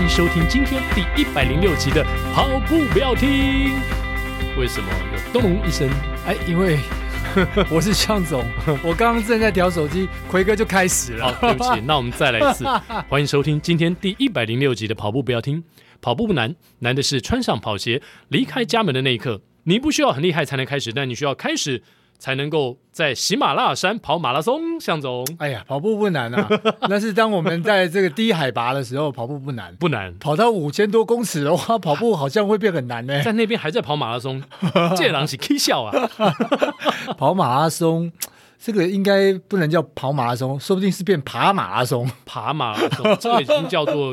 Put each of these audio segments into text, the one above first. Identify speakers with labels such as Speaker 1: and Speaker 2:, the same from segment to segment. Speaker 1: 迎收听今天第一百零六集的《跑步不要停》。为什么有咚隆一声？
Speaker 2: 哎，因 为我是向总，我刚刚正在调手机，奎哥就开始
Speaker 1: 好
Speaker 2: 了。，
Speaker 1: 啊哦对不起，那我们再来一次。欢迎收听今天第一百零六集的《跑步不要听》。跑步不难，难的是穿上跑鞋离开家门的那一刻。你不需要很厉害才能开始，但你需要开始才能够在喜马拉雅山跑马拉松。向总
Speaker 2: 哎呀，跑步不 难啊，那是当我们在这个低海拔的时候，跑步不难。
Speaker 1: 不难，
Speaker 2: 跑到五千多公尺的话，跑步好像会变很难呢、
Speaker 1: 在那边还在跑马拉松，这狼是 K 笑啊！
Speaker 2: 跑马拉松，这个应该不能叫跑马拉松，说不定是变爬马拉松。
Speaker 1: 爬马拉松，这个已经叫做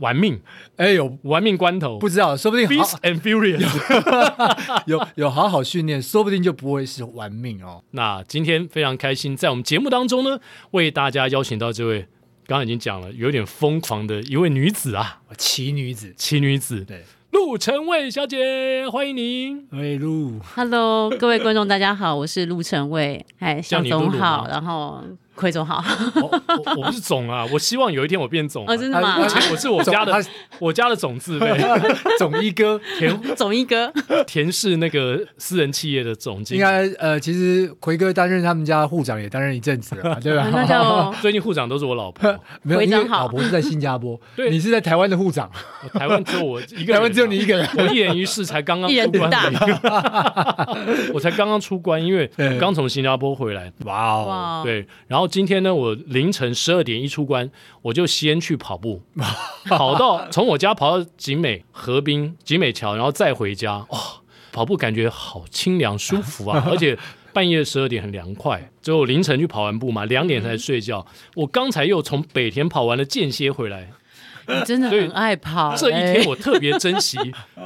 Speaker 1: 玩命，
Speaker 2: 哎呦，
Speaker 1: 玩命关头。
Speaker 2: 不知道，说不 定
Speaker 1: Beast
Speaker 2: 好
Speaker 1: and Furious。
Speaker 2: 有有好好训练，说不定就不会是玩命哦。
Speaker 1: 那今天非常开心，在我们节目当中呢，为大家邀请到这位刚刚已经讲了有点疯狂的一位女子啊，
Speaker 2: 奇女子，
Speaker 1: 奇女子
Speaker 2: 对，
Speaker 1: 陆晨蔚小姐，欢迎 您。
Speaker 2: 哎路，
Speaker 3: Hello，各位观众，大家好，我是陆晨蔚，哎，
Speaker 1: 叫
Speaker 3: 向
Speaker 1: 你
Speaker 3: 总
Speaker 1: 露露吗
Speaker 3: 好，然后奎总好，
Speaker 1: 我我我不是总啊，我希望有一天我变总、啊。
Speaker 3: 哦，真的吗
Speaker 1: 而？且我是我家的
Speaker 2: 总，
Speaker 1: 我家的总字辈，
Speaker 2: 哎 总一 哥
Speaker 1: 田
Speaker 3: 总一 哥，
Speaker 1: 田氏那个私人企业的总经
Speaker 2: 应
Speaker 1: 理。
Speaker 2: 该呃，其实奎哥担任他们家护长也担任一阵子 了嘛，对吧？
Speaker 3: 那叫
Speaker 1: 最近护长都是我老婆，，
Speaker 2: 没有，
Speaker 3: 奎
Speaker 2: 因为
Speaker 3: 长好
Speaker 2: 老婆是在新加 坡
Speaker 1: 对
Speaker 2: 你是在台湾的护长，
Speaker 1: 我台湾只有我一个人啊，
Speaker 2: 台湾只有你一个人。
Speaker 1: 我一人一世才刚刚
Speaker 3: 一人
Speaker 1: 出关
Speaker 3: 独大
Speaker 1: 而已， 我才刚刚出关，因为
Speaker 2: 嗯
Speaker 1: 我刚从新加坡回来。
Speaker 2: 哇哦，
Speaker 3: 哇，，
Speaker 1: 对，然后今天呢，我凌晨十二点一出关，我就先去跑步，跑到从我家跑到景美河滨景美桥，然后再回家。哇、跑步感觉好清凉舒服啊，而且半夜十二点很凉快。最后凌晨去跑完步嘛，两点才睡觉。我刚才又从北田跑完了间歇回来，
Speaker 3: 你真的
Speaker 1: 所以
Speaker 3: 很爱跑，
Speaker 1: 这一
Speaker 3: 哎
Speaker 1: 天我特别珍惜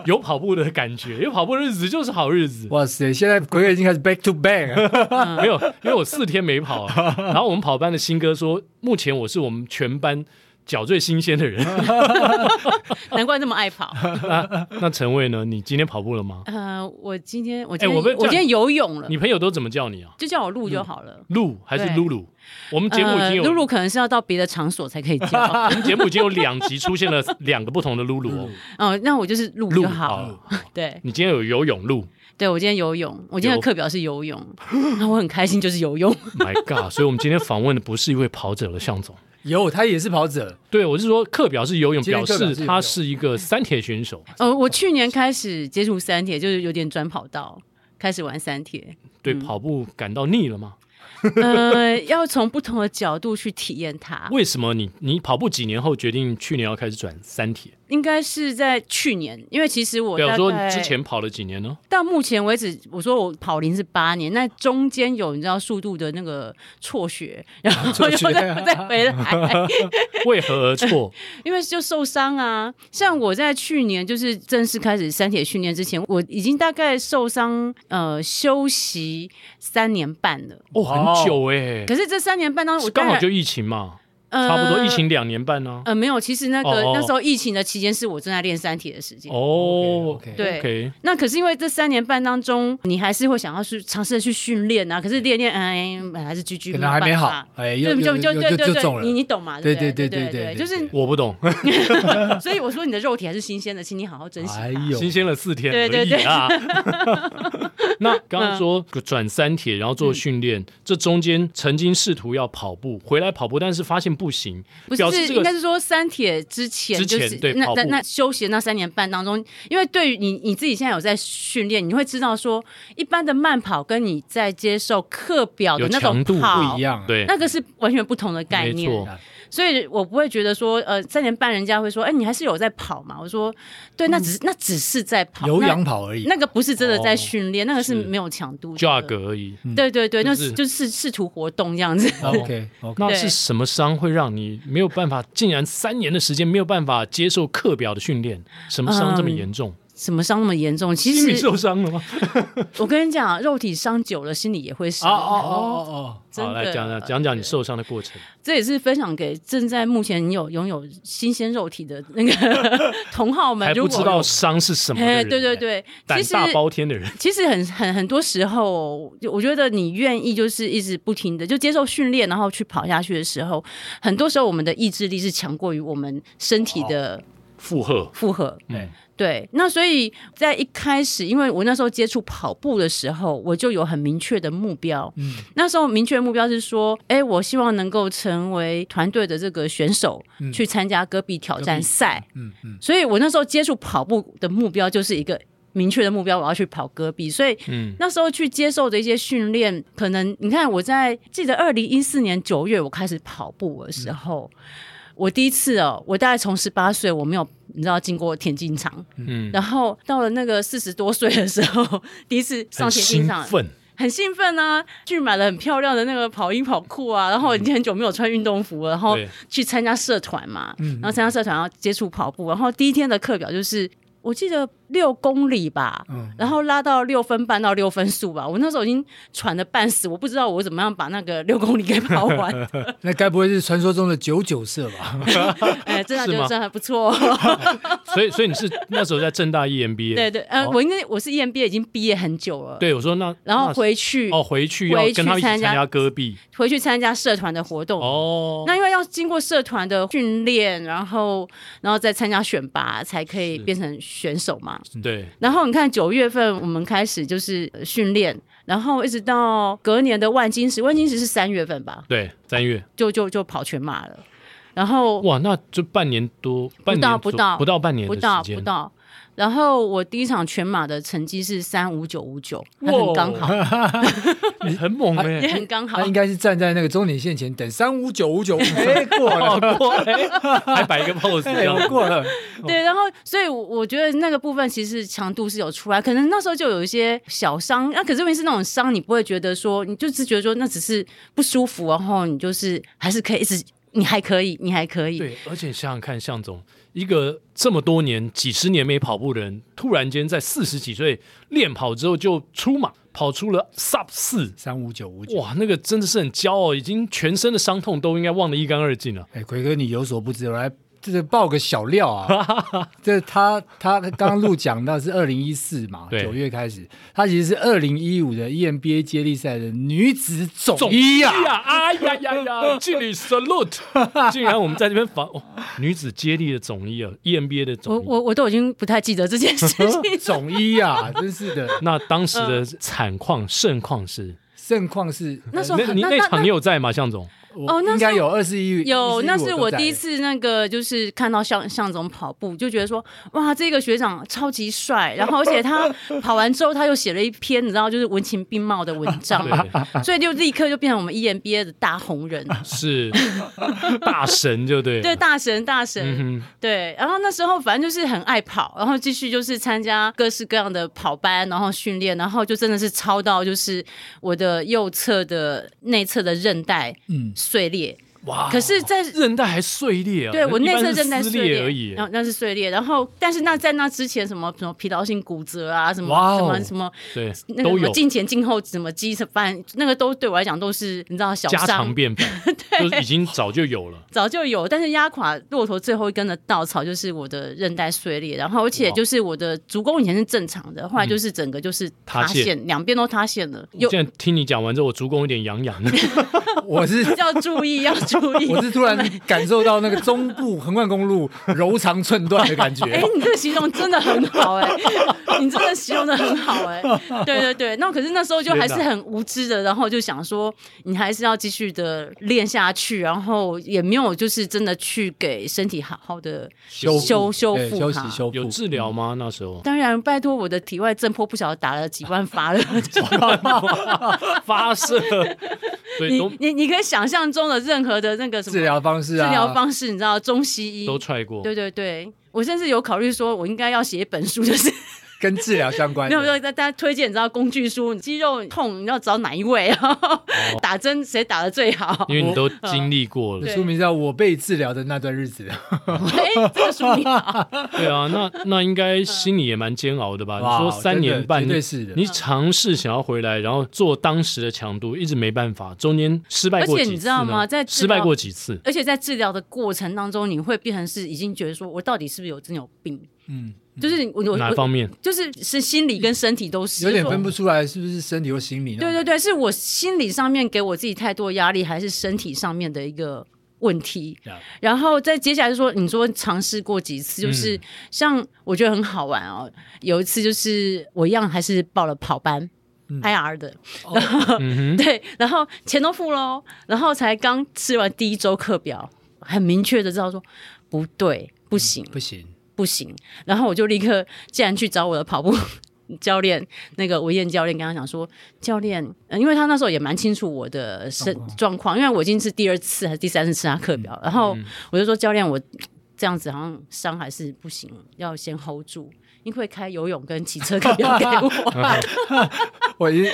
Speaker 1: 有跑步的感觉，有跑步的日子就是好日子。
Speaker 2: 哇塞，现在奎哥已经开始 back to back 了，
Speaker 3: 嗯
Speaker 1: 没有，因为我四天没跑、啊。然后我们跑班的新哥说，目前我是我们全班脚最新鲜的人。
Speaker 3: 难怪这么爱跑。
Speaker 1: 那陈卫呢？你今天跑步了吗？
Speaker 3: 呃，我今天我
Speaker 1: 哎
Speaker 3: 今
Speaker 1: 我
Speaker 3: 天
Speaker 1: 被叫
Speaker 3: 我今天游泳了
Speaker 1: 你，朋友都怎么叫你啊？
Speaker 3: 就叫我露就好了。
Speaker 1: 露还是
Speaker 3: 对呃
Speaker 1: 露露？我们节目已经有，
Speaker 3: 露露可能是要到别的场所才 可以叫，
Speaker 1: 我们节目已经有两集出现了两个不同的露露哦。
Speaker 3: 哦，那我就是露
Speaker 1: 露
Speaker 3: 就好了。对，
Speaker 1: 你今天有游泳露
Speaker 3: 对我今天游泳，我今天
Speaker 1: 游
Speaker 3: 的课表是游泳， 那我很开心，就是游泳。
Speaker 1: ，My God！所以我 们今天访问的不是一位跑者的向总。
Speaker 2: 有他也是跑者，
Speaker 1: 对，我是说课表是游泳，
Speaker 2: 今天
Speaker 1: 表
Speaker 2: 课表是游
Speaker 1: 示
Speaker 2: 泳
Speaker 1: 他是一个三铁选手。
Speaker 3: 呃，我去年开始接触三铁，就是有点转跑道，开始玩三铁。
Speaker 1: 对跑步感到腻了吗？
Speaker 3: 呃，要从不同的角度去体验它。
Speaker 1: 为什么你你跑步几年后决定去年要开始转三铁？
Speaker 3: 应该是在去年，因为其实我
Speaker 1: 比
Speaker 3: 大
Speaker 1: 方说你
Speaker 3: 概
Speaker 1: 之前跑了几年呢？
Speaker 3: 到目前为止，我说我跑龄是八年，那中间有你知道速度的那个辍学，然
Speaker 1: 啊
Speaker 3: 后
Speaker 2: 辍
Speaker 3: 又
Speaker 2: 学
Speaker 3: 再 再回来，
Speaker 1: 为何而 错？
Speaker 3: 因为就受伤啊。像我在去年就是正式开始三铁训练之前，我已经大概受伤呃休息三年半了。
Speaker 1: 哦，很久哎、
Speaker 3: 可是这三年半当中，我
Speaker 1: 刚
Speaker 3: 当
Speaker 1: 好
Speaker 3: 然
Speaker 1: 就疫情嘛，差不多
Speaker 3: 呃
Speaker 1: 疫情两年半呢、
Speaker 3: 呃，没有，其实那个
Speaker 1: 哦哦
Speaker 3: 那时候疫情的期间是我正在练三体的时间。
Speaker 1: 哦
Speaker 2: OK，OK
Speaker 3: 对
Speaker 1: OK，
Speaker 3: 那可是因为这三年半当中，你还是会想要去尝试地去训练啊。可是练练，哎，还是居居
Speaker 2: 可
Speaker 3: 没
Speaker 2: 能
Speaker 3: 有
Speaker 2: 还
Speaker 3: 办
Speaker 2: 没好
Speaker 3: 法，。
Speaker 2: 哎，
Speaker 3: 就
Speaker 2: 又
Speaker 3: 就
Speaker 2: 又
Speaker 3: 就
Speaker 2: 又
Speaker 3: 对
Speaker 2: 又
Speaker 3: 对
Speaker 2: 就中
Speaker 3: 对，你
Speaker 2: 了，
Speaker 3: 你懂嘛？
Speaker 2: 对
Speaker 3: 不对
Speaker 2: 对对
Speaker 3: 对
Speaker 2: 对对，
Speaker 3: 就是
Speaker 1: 我不懂，
Speaker 3: 所以我说你的肉体还是新鲜的，请你好好珍惜它。
Speaker 2: 哎呦，
Speaker 1: 新鲜了四天而
Speaker 3: 对对嗯
Speaker 1: 已 啊。 那刚刚说转三铁，然后做训练，这中间曾经试图要跑步，回来跑步，但是发现不行，
Speaker 3: 不
Speaker 1: 表
Speaker 3: 是，
Speaker 1: 示
Speaker 3: 是
Speaker 1: 这
Speaker 3: 应该
Speaker 1: 个
Speaker 3: 是说三铁之前
Speaker 1: 之
Speaker 3: 就
Speaker 1: 前
Speaker 3: 是
Speaker 1: 对
Speaker 3: 那
Speaker 1: 跑步
Speaker 3: 那那休息的那三年半当中，因为对于你你自己现在有在训练，你会知道说一般的慢跑跟你在接受课表的那
Speaker 1: 有强
Speaker 3: 种
Speaker 1: 度
Speaker 3: 跑
Speaker 2: 不一，样，，啊
Speaker 1: 对，
Speaker 3: 那个是完全不同的概
Speaker 1: 没
Speaker 3: 念。啊
Speaker 1: 错，
Speaker 3: 所以我不会觉得说，呃，三年半人家会说，哎、你还是有在跑嘛？我说，对，那只是、那只是在跑，
Speaker 2: 嗯有
Speaker 3: 那
Speaker 2: 氧跑而已。
Speaker 3: 那个不是真的在
Speaker 1: 哦
Speaker 3: 训练，那个是
Speaker 1: 是
Speaker 3: 没有强度的。
Speaker 1: jog 而已。
Speaker 3: 对对对，
Speaker 1: 就
Speaker 3: 那
Speaker 1: 是
Speaker 3: 是就是试图活动这 样子。
Speaker 2: OK
Speaker 3: 哦
Speaker 2: OK，
Speaker 1: 那是什么伤会让你没有办法？竟然三年的时间没有办法接受课表的训练，什么伤这么严重？
Speaker 3: 什么伤那么严重？嗯其
Speaker 1: 心理
Speaker 3: 实
Speaker 1: 受伤 了吗？
Speaker 3: 我跟你讲，肉体伤久了，心里也会伤。
Speaker 2: 哦哦哦
Speaker 3: 真
Speaker 1: 好，
Speaker 3: 的
Speaker 1: 啊来讲讲讲讲你受伤的过程。
Speaker 3: 这也是分享给正在目前有拥有新鲜肉体的那个 同好们，
Speaker 1: 还
Speaker 3: 如
Speaker 1: 不
Speaker 3: 果
Speaker 1: 知道伤是什么的
Speaker 3: 哎，
Speaker 1: 人，
Speaker 3: 对对，对，
Speaker 1: 胆
Speaker 3: 其实
Speaker 1: 大包天的人，
Speaker 3: 其实很很很多时候，就我觉得你愿意就是一直不停的就接受训练，然后去跑下去的时候，很多时候我们的意志力是强过于我们身体的
Speaker 1: 负荷，
Speaker 3: 负荷。
Speaker 2: 对，
Speaker 3: 对，那所以在一开始，因为我那时候接触跑步的时候，我就有很明确的目标。
Speaker 2: 嗯
Speaker 3: 那时候明确的目标是说，哎，我希望能够成为团队的这个选手，
Speaker 2: 嗯
Speaker 3: 去参加戈壁挑战赛。
Speaker 2: 嗯嗯，
Speaker 3: 所以我那时候接触跑步的目标就是一个明确的目标，我要去跑戈壁。所以
Speaker 1: 嗯，
Speaker 3: 那时候去接受的一些训练，可能你看我在记得二零一四年九月我开始跑步的
Speaker 1: 嗯
Speaker 3: 时候，我第一次哦，我大概从十八岁我没有你知道经过田径场，
Speaker 1: 嗯
Speaker 3: 然后到了那个四十多岁的时候， 第一次上
Speaker 1: 很
Speaker 3: 田径
Speaker 1: 兴
Speaker 3: 场，
Speaker 1: 奋，
Speaker 3: 很兴奋啊，去买了很漂亮的那个跑衣跑裤啊，然后已经很久没有穿运动服了，然
Speaker 1: 嗯
Speaker 3: 后
Speaker 1: 对嗯
Speaker 3: 去参加社团嘛，然后参加社团，然后接触跑步，然后第一天的课表就是我记得六公里吧，
Speaker 2: 嗯
Speaker 3: 然后拉到六分半到六分速吧，我那时候已经喘的半死，我不知道我怎么样把那个六公里给 跑完，
Speaker 2: 那该不会是传说中的九九社吧？
Speaker 3: 哎，真的
Speaker 1: 是
Speaker 3: 觉
Speaker 1: 吗
Speaker 3: 得真的还不错、
Speaker 1: 所以所以你是那时候在正大 EMBA，
Speaker 3: 对对，呃，
Speaker 1: 哦
Speaker 3: 我应该我是 EMBA 已经毕业很久了，，
Speaker 1: 对我说那
Speaker 3: 然后
Speaker 1: 那
Speaker 3: 回去、
Speaker 1: 哦回去要
Speaker 3: 回去
Speaker 1: 跟他们一起参
Speaker 3: 参加
Speaker 1: 加戈壁
Speaker 3: 回去参加社团的活动，
Speaker 1: 哦，
Speaker 3: 那因为要经过社团的训练，然后然后再参加选拔，才可以变成选手嘛。
Speaker 1: 对，
Speaker 3: 然后你看九月份我们开始就是呃训练，然后一直到隔年的万金石，万金石是三月份吧，
Speaker 1: 对，三月
Speaker 3: 就就就跑全马了。然后
Speaker 1: 哇，那就半年多，半年
Speaker 3: 到
Speaker 1: 左
Speaker 3: 不到
Speaker 1: 不到半年
Speaker 3: 不
Speaker 1: 的
Speaker 3: 到
Speaker 1: 时
Speaker 3: 不
Speaker 1: 间，
Speaker 3: 到，然后我第一场全马的成绩是三五九五九，那
Speaker 1: 哇
Speaker 3: 很 刚好，
Speaker 1: 你很猛哎、
Speaker 3: 也很刚好
Speaker 2: 他。 应该是站在那个终点线前等三五九五九，哎，过了，
Speaker 1: 跑过哎， 还摆一个 pose 这
Speaker 2: 哎，
Speaker 1: 样
Speaker 2: 我
Speaker 1: 子，
Speaker 2: 过了，
Speaker 1: 哦
Speaker 3: 对，然后所以我，我觉得那个部分其实强度是有出来，可能那时候就有一些小伤，啊那、可是问题是那种伤，你不会觉得说，你就只觉得说那只是不舒服，然后你就是还是可以一直，你还可以，你还可以。
Speaker 1: 对，而且想想看，向总一个这么多年、几十年没跑步的人，突然间在四十几岁练跑之后就出马，跑出了 sub 四，
Speaker 2: 三五九五九。
Speaker 1: 哇，那个真的是很骄傲，已经全身的伤痛都应该忘得一干二净了。
Speaker 2: 哎，奎哥，你有所不知，我来这个爆个小料啊。 这他他刚刚录讲到是二零一四嘛，
Speaker 1: 对
Speaker 2: 九月开始，他其实是二零一五的 E EMBA 接力赛的女子总一
Speaker 1: 哎呀，
Speaker 2: 啊。
Speaker 1: 哎呀呀呀！敬礼 salute！竟然我们在这边访、哦、女子接力的总一啊，EMBA 的
Speaker 3: 我
Speaker 1: 总一，
Speaker 3: 我我都已经不太记得这件事 情。
Speaker 2: 总一啊，真是的，
Speaker 1: 那当时
Speaker 3: 嗯
Speaker 1: 的惨况盛况是，
Speaker 2: 盛况是 呃
Speaker 3: 那时候
Speaker 1: 那你
Speaker 3: 那
Speaker 1: 那
Speaker 3: 那
Speaker 1: 场你有在吗，向总？
Speaker 2: 我
Speaker 3: 哦那
Speaker 2: 应该
Speaker 3: 是
Speaker 2: 有二十一，
Speaker 3: 有，
Speaker 2: 21
Speaker 3: 那是
Speaker 2: 都
Speaker 3: 我
Speaker 2: 在
Speaker 3: 第一次那个，就是看到向向总跑步，就觉得说，哇，这个学长超级帅。然后，而且他跑完之后，他又写了一篇，你知道，就是文情并茂的文章
Speaker 1: 对
Speaker 3: 嘛，， 所以就立刻就变成我们 E EMBA 的大红人，
Speaker 1: 啊是大神，就对了。
Speaker 3: 对，大神大神，
Speaker 1: 嗯哼，
Speaker 3: 对。然后那时候反正就是很爱跑，然后继续就是参加各式各样的跑班，然后训练，然后就真的是超到就是我的右侧的内侧的韧带
Speaker 2: 嗯
Speaker 3: 碎裂，
Speaker 1: 哇！
Speaker 3: 可是在
Speaker 1: 韧带还碎裂啊？
Speaker 3: 对我
Speaker 1: 呃一
Speaker 3: 内
Speaker 1: 般
Speaker 3: 侧
Speaker 1: 是
Speaker 3: 韧带
Speaker 1: 撕
Speaker 3: 碎裂
Speaker 1: 而已
Speaker 3: 然。后那是碎裂，然后但是那在那之前什么什么疲劳性骨折啊，什么、
Speaker 2: 哇哦
Speaker 3: 什么什么
Speaker 1: 对，
Speaker 3: 那个
Speaker 1: 都
Speaker 3: 什么
Speaker 1: 有
Speaker 3: 进前进后什么肌什么反那个都对我来讲都是你知道小
Speaker 1: 家常
Speaker 3: 伤，
Speaker 1: 便饭， 就是已经早就有了。
Speaker 3: 早就有，但是压垮骆驼最后一根的稻草就是我的韧带碎裂，然后而且
Speaker 1: 哇
Speaker 3: 就是我的足弓以前是正常的，后来就是整个就是
Speaker 1: 塌
Speaker 3: 塌
Speaker 1: 陷
Speaker 3: 陷，两边都塌陷了，
Speaker 1: 我
Speaker 3: 有
Speaker 1: 现在听你讲完之后，我足弓有点痒 痒的。
Speaker 2: 我是
Speaker 3: 要注意要注意。
Speaker 2: 我是突然感受到那个中部横贯公路柔肠寸断的感觉。
Speaker 3: 哎、你这个形容真的很好哎、你真的形容的很好哎、对对对，那可是那时候就还是很无知的，然后就想说你还是要继续的练下去，然后也没有就是真的去给身体好好的
Speaker 2: 修
Speaker 3: 修修
Speaker 2: 对
Speaker 3: 复
Speaker 2: 休
Speaker 3: 它
Speaker 2: 息修复
Speaker 1: 有治疗吗？那时候
Speaker 3: 当然，拜托我的体外震波不晓得打了几万发了，
Speaker 1: 发射，所以
Speaker 3: 你
Speaker 1: 都
Speaker 3: 你你可以想象中的任何的那个什么
Speaker 2: 治疗方式啊，
Speaker 3: 治疗方式，你知道中西医
Speaker 1: 都踹过。
Speaker 3: 对对对，我甚至有考虑说我应该要写一本书，就是
Speaker 1: 哎
Speaker 2: 跟治疗相关
Speaker 3: 没
Speaker 2: 的。
Speaker 3: 有没有，大家推荐你知道工具书，你肌肉痛你要找哪一位啊？ 打针谁打的最好？
Speaker 1: 哦因为你都经历过了
Speaker 3: 对，
Speaker 2: 书名叫《我被治疗的那段日子》，
Speaker 3: 哎，这个书名 好，
Speaker 1: 对啊，那那应该心里也蛮煎熬的吧？你
Speaker 2: 哇
Speaker 1: 说三年半，
Speaker 2: 真
Speaker 1: 你
Speaker 2: 的绝对是的。
Speaker 1: 你尝试想要回来，然后做当时的强度，一直没办法，中间失败过
Speaker 3: 而
Speaker 1: 几次
Speaker 3: 且
Speaker 1: 呢？
Speaker 3: 你知道吗在治疗
Speaker 1: 失败过几次？
Speaker 3: 而且在治疗的过程当中，你会变成是已经觉得说我到底是不是有真的有病？
Speaker 2: 嗯，
Speaker 3: 就是我我
Speaker 1: 哪方
Speaker 3: 我
Speaker 1: 面？
Speaker 3: 就是是心理跟身体都是
Speaker 2: 有点
Speaker 3: 就是我
Speaker 2: 分不出来是不是身体或心理。
Speaker 3: 对对，对，是我心理上面给我自己太多压力，还是身体上面的一个问题。
Speaker 1: Yeah.
Speaker 3: 然后再接下来就说，你说尝试过几
Speaker 1: 嗯
Speaker 3: 次，就是、像我觉得很好玩哦。有一次就是我一样还是报了跑班。IR 的，
Speaker 1: 嗯哼，
Speaker 3: 对，然后钱都付喽，然后才刚吃完第一周课表，很明确的知道说不对，不行，
Speaker 1: 不行，
Speaker 3: 不行。然后我就立刻竟然去找我的跑步教练，那个文燕教练，跟他讲说，教练、呃因为他那时候也蛮清楚我的身状况，因为我已经是第二次还是第三次吃他课表，然后我就说教练，我这样子好像伤还是不行，要先 hold 住。你可不可以开游泳跟骑车课表给 我？
Speaker 2: 我已经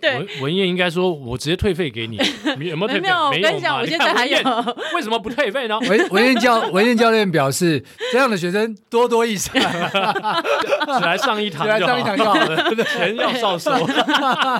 Speaker 3: 对
Speaker 1: 文文燕应该说，我直接退费 给你，你有没有退费？
Speaker 3: 没有，我
Speaker 1: 没
Speaker 3: 跟你讲，
Speaker 1: 嘛
Speaker 3: 我现
Speaker 1: 看
Speaker 3: 在还
Speaker 1: 文燕
Speaker 3: 有。
Speaker 1: 为什么不退费 呢？
Speaker 2: 文文燕教文燕教练表示，这样的学生多多益善，
Speaker 1: 只来上一堂
Speaker 2: 只来
Speaker 1: 就好，
Speaker 2: 上一堂就好 了
Speaker 1: 钱要少收。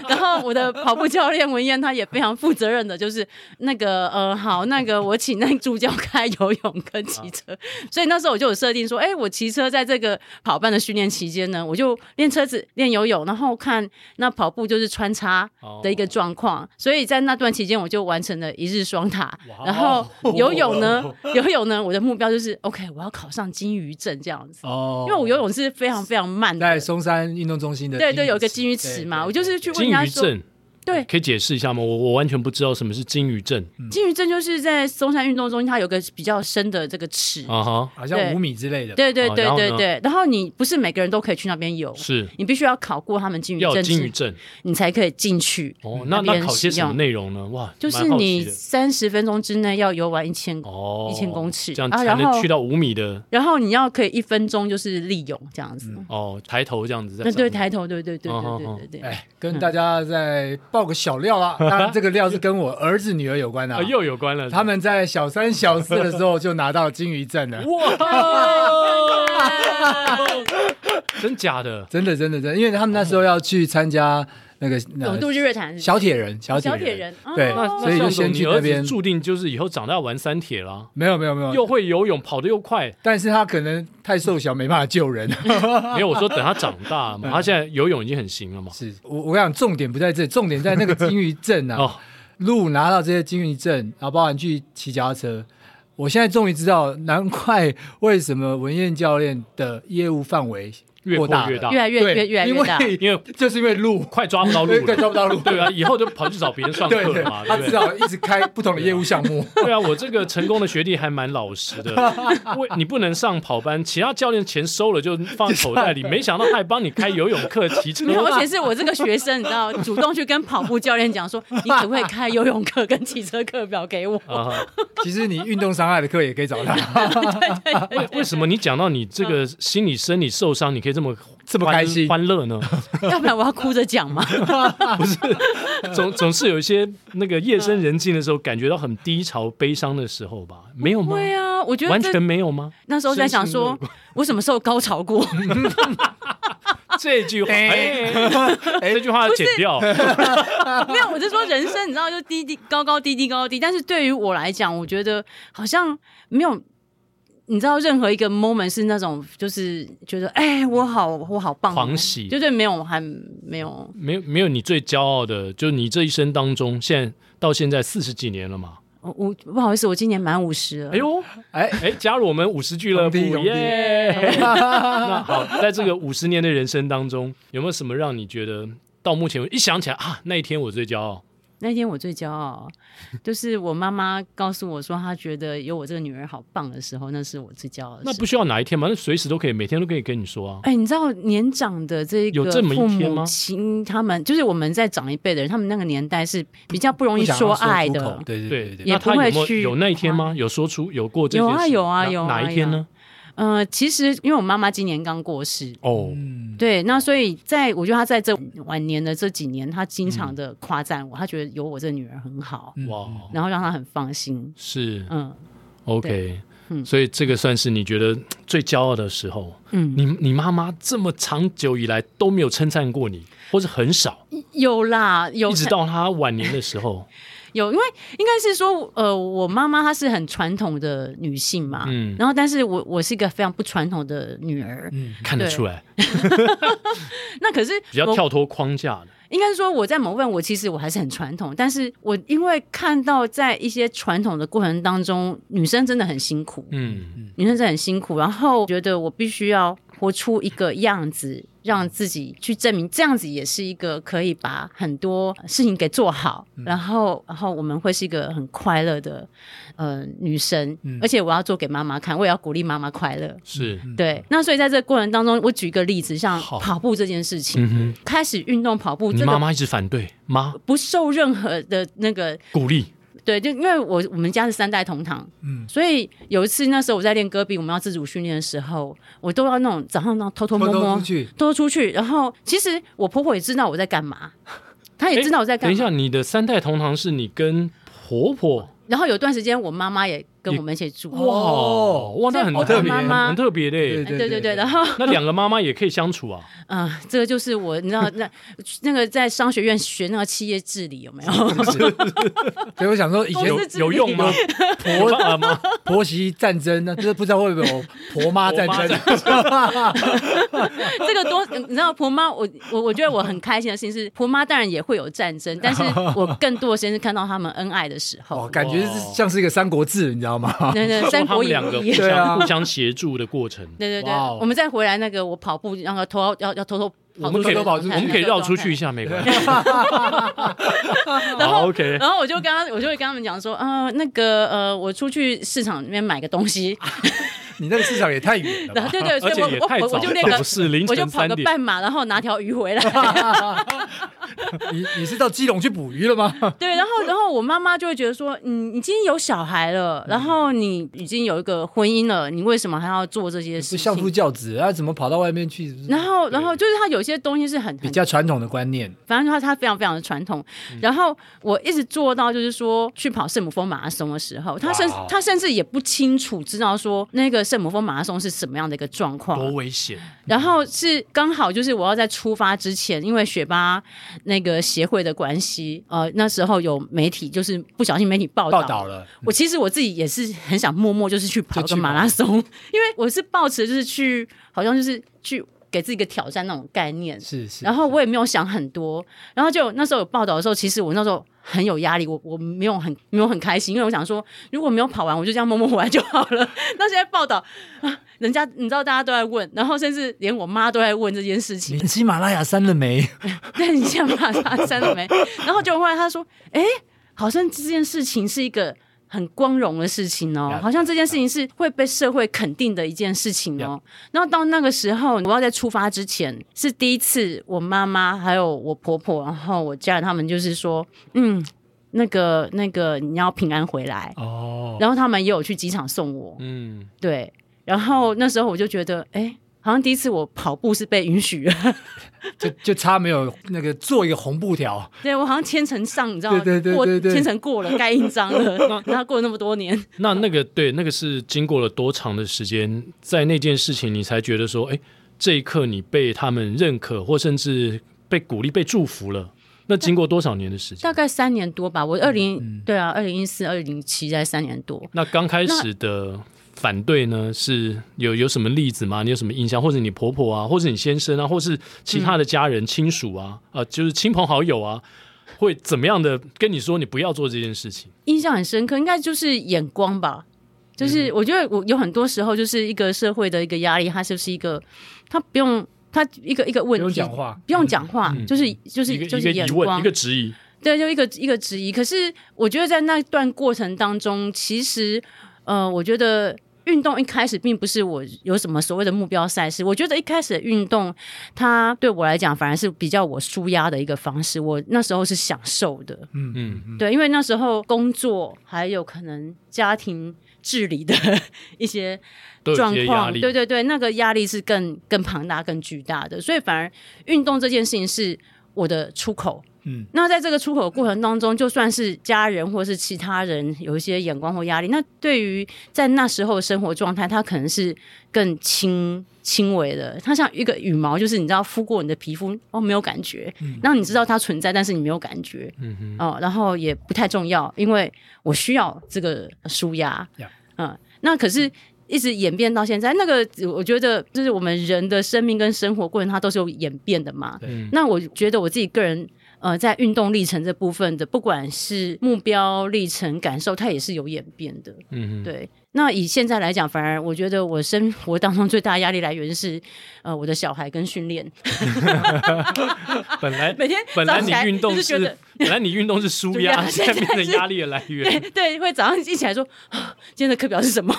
Speaker 3: 然后我的跑步教练文燕，她也非常负责任的，就是那个呃，好，那个我请那个助教开游泳跟骑 车，所以那时候我就有设定说，哎，我骑车在这个跑班的训练期间呢，我就练车子、练游泳，然后看那跑步就是穿插 的一
Speaker 1: 哦
Speaker 3: 个状况，所以在那段期间我就完成了一日双塔，
Speaker 1: 哇哦
Speaker 3: 然后游泳呢， 游泳呢，我的目标就是 OK，我要考上金鱼证这样子，
Speaker 2: 哦
Speaker 3: 因为我游泳是非常非常慢的
Speaker 2: 在。松山运动中心的
Speaker 3: 对
Speaker 2: 金
Speaker 3: 对，
Speaker 2: 鱼
Speaker 3: 有一个
Speaker 2: 池
Speaker 3: 金鱼池嘛，我就是去问
Speaker 1: 金
Speaker 3: 人家
Speaker 1: 鱼
Speaker 3: 说，
Speaker 1: 症，
Speaker 3: 对嗯
Speaker 1: 可以解释一下吗？我我完全不知道什么是金鱼症
Speaker 3: 金鱼镇就是在松山运动中心，它有个比较深的这个池。
Speaker 1: 啊哈，
Speaker 2: 好像
Speaker 3: 对
Speaker 2: 五米之类的，
Speaker 3: 对对
Speaker 1: 哦
Speaker 3: 对
Speaker 1: 然后
Speaker 3: 对
Speaker 1: 呢
Speaker 3: 对，然后你不是每个人都可以去那边游，
Speaker 1: 是
Speaker 3: 你必须要考过他们金鱼
Speaker 1: 要有
Speaker 3: 证
Speaker 1: 金鱼
Speaker 3: 是，
Speaker 1: 症
Speaker 3: 你才可以进去。
Speaker 1: 哦。那
Speaker 3: 那边
Speaker 1: 那考些
Speaker 3: 使
Speaker 1: 什
Speaker 3: 用
Speaker 1: 么内容呢？哇，
Speaker 3: 就是
Speaker 1: 蛮好奇
Speaker 3: 你
Speaker 1: 的
Speaker 3: 三十分钟之内要游完一千，
Speaker 1: 哦，
Speaker 3: 1000公尺
Speaker 1: 这样
Speaker 3: 啊
Speaker 1: 才
Speaker 3: 然
Speaker 1: 能
Speaker 3: 后
Speaker 1: 去到五米的
Speaker 3: 然后你要可以一分钟就是立泳这样子。
Speaker 1: 哦，抬头这样子在
Speaker 3: 那
Speaker 1: 上
Speaker 3: 对
Speaker 1: 面。
Speaker 3: 抬头，对对对
Speaker 1: 哦
Speaker 3: 对
Speaker 1: 哦
Speaker 3: 对对对。
Speaker 2: 哎，跟大家再爆个小料 啦。当然，这个料是跟我儿子女儿有关的、
Speaker 1: 啊，又有关了。
Speaker 2: 他们在小三小四的时候就拿到金鱼证了。
Speaker 1: 哇，真假的？
Speaker 2: 真的，真的，真的，因为他们那时候要去参加那个
Speaker 3: 有度
Speaker 2: 那
Speaker 3: 日月潭是
Speaker 2: 小铁人，小
Speaker 3: 小
Speaker 2: 铁
Speaker 3: 铁
Speaker 2: 人，
Speaker 3: 人，
Speaker 2: 对
Speaker 1: 那
Speaker 3: 哦
Speaker 1: 那
Speaker 2: 所以就
Speaker 1: 向总，
Speaker 2: 先去
Speaker 1: 你
Speaker 2: 那
Speaker 1: 儿
Speaker 2: 边
Speaker 1: 子注定就是以后长大玩三铁啦，
Speaker 2: 没有，没有，没有，
Speaker 1: 又会游泳，跑得又 快。
Speaker 2: 但是他可能太瘦小，没办法救人。
Speaker 1: 没有，我说等他长大嘛，他现在游泳已经很行了嘛。
Speaker 2: 是我，我跟你讲，重点不在这，重点在那个金鱼证啊。
Speaker 1: 哦，
Speaker 2: 路拿到这些经营证，然后包含去骑脚踏车。我现在终于知道，难怪为什么文燕教练的业务范围
Speaker 1: 越扩
Speaker 2: 扩大了
Speaker 1: 越大
Speaker 3: 越，来越
Speaker 2: 对
Speaker 3: 越越来越大。
Speaker 2: 因为
Speaker 1: 因为
Speaker 2: 就是因为路，
Speaker 1: 快抓不到路
Speaker 2: 对，
Speaker 1: 了。
Speaker 2: 抓不到路，
Speaker 1: 对啊，以后就跑去找别人上课
Speaker 2: 对
Speaker 1: 了
Speaker 2: 对，
Speaker 1: 嘛，
Speaker 2: 他
Speaker 1: 对不
Speaker 2: 至
Speaker 1: 对？
Speaker 2: 少一直开不同的业务项目。
Speaker 1: 对啊，我这个成功的学弟还蛮老实的，为你不能上跑班，其他教练钱收了就放口袋 里，没想到他还帮你开游泳课、骑车啊
Speaker 3: 没。有，而且是我这个学生，你知道，主动去跟跑步教练讲 说，你可不可以开游泳课跟骑车课表给 我？
Speaker 1: 啊哈，
Speaker 2: 其实你运动伤害的课也可以找 他，
Speaker 1: 为为什么你讲到你这个心理生理受伤，你可以这么
Speaker 2: 嗯这么
Speaker 1: 欢
Speaker 2: 开心
Speaker 1: 欢乐呢？
Speaker 3: 要不然我要哭着讲嘛。
Speaker 1: 总总是有一些那个夜深人静的时候，感觉到很低潮、悲伤的时候吧？没有吗？
Speaker 3: 对啊，我觉得
Speaker 1: 完
Speaker 3: 这
Speaker 1: 全没有吗？
Speaker 3: 那时候在想说， 我什么时候高潮过？
Speaker 1: 这句话，哎
Speaker 2: 啊哎，
Speaker 1: 这句话要剪掉。
Speaker 3: 没有，我是说人生，你知道，就 低低高高低低高高低。但是对于我来讲，我觉得好像没有。你知道任何一个 moment 是那种，就是觉得哎、我好，我好棒哦，
Speaker 1: 狂喜
Speaker 3: 就对，没有，还没有，
Speaker 1: 没有没有，你最骄傲的，就你这一生当中，现在到现在四十几年了嘛？
Speaker 3: 我我不好意思，我今年满五十了。
Speaker 1: 哎呦，
Speaker 2: 哎，
Speaker 1: 哎，加入我们五十俱乐部
Speaker 2: 同梯同梯
Speaker 1: 耶！ 那好，在这个五十年的人生当中，有没有什么让你觉得到目前为止一想起来啊，那一天我最骄傲？
Speaker 3: 那天我最骄傲，哦就是我妈妈告诉我说，她觉得有我这个女儿好棒的时候，那是我最骄傲的时候。
Speaker 1: 那不需要哪一天嘛，那随时都可以，每天都可以跟你说啊。
Speaker 3: 哎，你知道年长的这
Speaker 1: 有
Speaker 3: 个
Speaker 1: 这么一
Speaker 3: 父
Speaker 1: 天吗
Speaker 3: 母亲，他们就是我们在长一辈的人，他们那个年代是比较不容易
Speaker 2: 不想要
Speaker 3: 爱
Speaker 2: 出
Speaker 3: 的
Speaker 2: 口。对对
Speaker 1: 对，
Speaker 2: 对
Speaker 3: 也
Speaker 1: 那他
Speaker 3: 不会
Speaker 1: 有没有
Speaker 3: 去
Speaker 1: 有那一天吗？有说出有过这件
Speaker 3: 有啊
Speaker 1: 事
Speaker 3: 有啊
Speaker 1: 哪
Speaker 3: 有啊
Speaker 1: 哪一天呢？
Speaker 3: 呃，其实因为我妈妈今年刚过世，
Speaker 1: 哦，
Speaker 2: 嗯
Speaker 3: 对，那所以在我觉得她在这晚年的这几年，她经
Speaker 1: 嗯
Speaker 3: 常的夸赞我，她觉得有我这女儿很好，
Speaker 2: 嗯
Speaker 1: 哇，
Speaker 3: 然后让她很放心。
Speaker 1: 是
Speaker 3: 嗯
Speaker 1: OK，
Speaker 3: 嗯
Speaker 1: 所以这个算是你觉得最骄傲的时候。
Speaker 3: 嗯，
Speaker 1: 你你妈妈这么长久以来都没有称赞过你，或是很少，
Speaker 3: 有啦，有
Speaker 1: 一直到她晚年的时候，
Speaker 3: 有，因为应该是说，呃，我妈妈她是很传统的女性嘛，
Speaker 1: 嗯
Speaker 3: 然后但是我我是一个非常不传统的女儿，
Speaker 1: 看得出来，
Speaker 3: 那可是
Speaker 1: 比较
Speaker 3: 我
Speaker 1: 跳脱框架的。
Speaker 3: 应该是说我在某部分我其实我还是很传统，但是我因为看到在一些传统的过程当中，女生真的很辛苦，
Speaker 1: 嗯，
Speaker 3: 女生真的很辛苦，然后觉得我必须要活出一个样子，让自己去证明，这样子也是一个可以把很多事情给做好，
Speaker 1: 嗯
Speaker 3: 然后然后我们会是一个很快乐的呃女生，
Speaker 1: 嗯
Speaker 3: 而且我要做给妈妈看，我也要鼓励妈妈快乐。
Speaker 1: 是，
Speaker 3: 对，那所以在这个过程当中，我举一个例子，像
Speaker 1: 嗯好
Speaker 3: 跑步这件事情，
Speaker 1: 嗯哼，
Speaker 3: 开始运动跑步，
Speaker 1: 你
Speaker 3: 这
Speaker 1: 妈
Speaker 3: 个
Speaker 1: 妈一直反对，妈
Speaker 3: 不受任何的那个
Speaker 1: 鼓励，
Speaker 3: 对，就因为我我们家是三代同堂，
Speaker 2: 嗯
Speaker 3: 所以有一次那时候我在练戈壁，我们要自主训练的时候，我都要那种早上呢偷偷摸
Speaker 2: 偷
Speaker 3: 摸
Speaker 2: 偷出去，
Speaker 3: 偷偷出去，然后其实我婆婆也知道我在干嘛，她也知道我在干
Speaker 1: 等一
Speaker 3: 嘛。
Speaker 1: 下，你哎的三代同堂是你跟婆婆，
Speaker 3: 然后有段时间我妈妈也跟我们一起住，
Speaker 1: 哇
Speaker 2: 哦
Speaker 1: 哇，那很
Speaker 2: 好
Speaker 1: 特
Speaker 2: 特
Speaker 1: 别，
Speaker 2: 别
Speaker 1: 很很特别
Speaker 3: 哎
Speaker 1: 的。
Speaker 2: 对
Speaker 3: 对对
Speaker 2: 对
Speaker 3: 对
Speaker 2: 对
Speaker 3: 然后
Speaker 1: 那两个妈妈也可以相处啊，
Speaker 3: 啊、这个就是我你知道那那个在商学院学那个企业治理有没有？
Speaker 2: 所以我想说，以前
Speaker 3: 公
Speaker 1: 有
Speaker 3: 司治理
Speaker 1: 有用吗？有办法吗？
Speaker 2: 婆媳战争，那就是不知道会不会有婆妈战争。
Speaker 3: 这个多，你知道婆妈，我我我觉得我很开心的事情是，婆妈当然也会有战争，但是我更多的时间是看到他们恩爱的时
Speaker 2: 哦，
Speaker 3: 候。
Speaker 2: 感觉是像是一个《三国志》，你知道吗？
Speaker 3: 对对，
Speaker 1: 说
Speaker 3: 三
Speaker 1: 他
Speaker 3: 国
Speaker 1: 们
Speaker 3: 演
Speaker 1: 两个互
Speaker 3: 义。
Speaker 2: 对啊
Speaker 1: 相互相协助的过程，
Speaker 3: 对对对
Speaker 2: 哇哦，
Speaker 3: 我们再回来那个我跑步，然后偷要要偷偷
Speaker 1: 我
Speaker 3: 跑
Speaker 1: 们可
Speaker 3: 出去
Speaker 1: 以
Speaker 3: 的
Speaker 2: 偷偷跑出
Speaker 3: 状
Speaker 2: 去
Speaker 3: 态，
Speaker 1: 我们可以绕出去一下，没关系。好，OK，
Speaker 3: 然后我就跟他，我就会跟他们讲说，啊、那个呃，我出去市场那边买个 东西，
Speaker 2: 你那个市场也太远了
Speaker 3: 然
Speaker 2: 吧
Speaker 3: 后？对对，所
Speaker 1: 而
Speaker 3: 以
Speaker 1: 且
Speaker 3: 我
Speaker 1: 也
Speaker 3: 我
Speaker 1: 太
Speaker 3: 我
Speaker 1: 早
Speaker 3: 我就
Speaker 1: 了
Speaker 3: 练个
Speaker 1: 不，是凌
Speaker 3: 我就
Speaker 1: 晨
Speaker 3: 跑
Speaker 1: 三
Speaker 3: 个
Speaker 1: 点，
Speaker 3: 半马，然后拿条鱼回来，
Speaker 2: 你你是到基隆去捕鱼了吗？
Speaker 3: 对，然后然后我妈妈就会觉得说，嗯，你已经有小孩了，
Speaker 1: 嗯
Speaker 3: 然后你已经有一个婚姻了，你为什么还要做这些
Speaker 2: 是
Speaker 3: 事
Speaker 2: 相夫
Speaker 3: 情？
Speaker 2: 教子啊，怎么跑到外面去？是不是
Speaker 3: 然后，然后就是他有些东西是很
Speaker 2: 比
Speaker 3: 很
Speaker 2: 较传统的观念，
Speaker 3: 反正他他非常非常的传统。然后我一直做到就是说去跑圣母峰马拉松的时候，他甚
Speaker 1: 哇哦
Speaker 3: 他甚至也不清楚知道说那个圣母峰马拉松是什么样的一个状
Speaker 1: 多
Speaker 3: 况。
Speaker 1: 危险！
Speaker 3: 然后是刚好就是我要在出发之前，因为雪巴那个协会的关系，呃，那时候有媒体就是不小心媒体报道
Speaker 2: 报道嗯了，
Speaker 3: 我其实我自己也是很想默默就是去跑
Speaker 2: 就
Speaker 3: 个
Speaker 2: 去
Speaker 3: 马拉松，因为我是抱持就是去好像就是去给自己一个挑战那种概念，
Speaker 2: 是是。
Speaker 3: 然后我也没有想很多，然后就那时候有报道的时候，其实我那时候很有压力，我我没有很没有很开心，因为我想说如果没有跑完，我就这样默默回来就好了。 那现在报道啊，人家你知道大家都在问，然后甚至连我妈都在问这件事情
Speaker 2: 你，喜马拉雅山了没？
Speaker 3: 但你现在把它删了没？然后就后来他说，哎、好像这件事情是一个。很光荣的事情哦，好像这件事情是会被社会肯定的一件事情哦。然后到那个时候，我要在出发之前，是第一次我妈妈还有我婆婆，然后我家人他们就是说，嗯，那个那个你要平安回来。
Speaker 2: 哦，
Speaker 3: 然后他们也有去机场送我，
Speaker 1: 嗯，
Speaker 3: 对。然后那时候我就觉得，哎，好像第一次我跑步是被允许的，
Speaker 2: 就就差没有那个做一个红布条，
Speaker 3: 对我好像千层上，你知道吗？
Speaker 2: 对对对
Speaker 3: 过
Speaker 2: 对对
Speaker 3: 千层过了，该印章 了。然后过了那么多年，
Speaker 1: 那那个对，那个是经过了多长的时间，在那件事情你才觉得说，哎，这一刻你被他们认可，或甚至被鼓励、被祝福了。那经过多少年的时
Speaker 3: 大
Speaker 1: 间？
Speaker 3: 概三年多吧。我二零、
Speaker 2: 嗯
Speaker 3: 对啊，二零一四、二零零七，在三年多。
Speaker 1: 那刚开始的反对呢，是有有什么例子吗？你有什么印象？或者你婆婆啊，或者你先生啊，或是其他的家人、亲属啊，啊、就是亲朋好友啊，会怎么样的跟你说你不要做这件事情？
Speaker 3: 印象很深刻，应该就是眼光吧。
Speaker 2: 嗯
Speaker 3: 就是我觉得我有很多时候就是一个社会的一个压力，它就是一个，它不用它一个一个
Speaker 2: 不
Speaker 3: 问题，
Speaker 2: 用讲，话。
Speaker 3: 不用讲话，
Speaker 1: 嗯
Speaker 3: 就是就是
Speaker 1: 一个
Speaker 3: 就
Speaker 1: 一
Speaker 3: 是
Speaker 1: 个
Speaker 3: 眼
Speaker 1: 疑
Speaker 3: 光
Speaker 1: 问，一个质疑，
Speaker 3: 对，就一个一个质疑。可是我觉得在那段过程当中，其实呃，我觉得运动一开始并不是我有什么所谓的目标赛事。我觉得一开始的运动，它对我来讲反而是比较我舒压的一个方式。我那时候是享受的，
Speaker 2: 嗯
Speaker 1: 嗯
Speaker 2: 嗯，
Speaker 3: 对，因为那时候工作还有可能家庭治理的一些
Speaker 1: 都有
Speaker 3: 状
Speaker 1: 一些压
Speaker 3: 况，
Speaker 1: 力。
Speaker 3: 对对对，那个压力是更更庞大、更巨大的，所以反而运动这件事情是我的出口。
Speaker 2: 嗯，
Speaker 3: 那在这个出口的过程当中，就算是家人或是其他人有一些眼光或压力，那对于在那时候的生活状态，他可能是更轻轻微的，它像一个羽毛，就是你知道敷过你的皮肤哦，没有感觉，然后你知道它存在，但是你没有感觉，
Speaker 1: 嗯哼，
Speaker 3: 哦，然后也不太重要，因为我需要这个舒压
Speaker 2: Yeah.
Speaker 3: 嗯，那可是。一直演变到现在，那个我觉得就是我们人的生命跟生活过程，它都是有演变的嘛。
Speaker 1: 嗯
Speaker 3: 那我觉得我自己个人，呃，在运动历程这部分的，不管是目标历程、感受，它也是有演变的。
Speaker 1: 嗯哼，
Speaker 3: 对，那以现在来讲，反而我觉得我生活当中最大压力来源是，呃，我的小孩跟训练，
Speaker 1: 本来
Speaker 3: 每天
Speaker 1: 本来
Speaker 3: 早
Speaker 1: 你
Speaker 3: 起来
Speaker 1: 运动
Speaker 3: 就是觉得
Speaker 1: 是。本来你运动是舒
Speaker 3: 舒
Speaker 1: 压，
Speaker 3: 压
Speaker 1: 现在变
Speaker 3: 现
Speaker 1: 成
Speaker 3: 在是
Speaker 1: 压力的来源。
Speaker 3: 对，会早上一起来说，啊今天的课表是什么？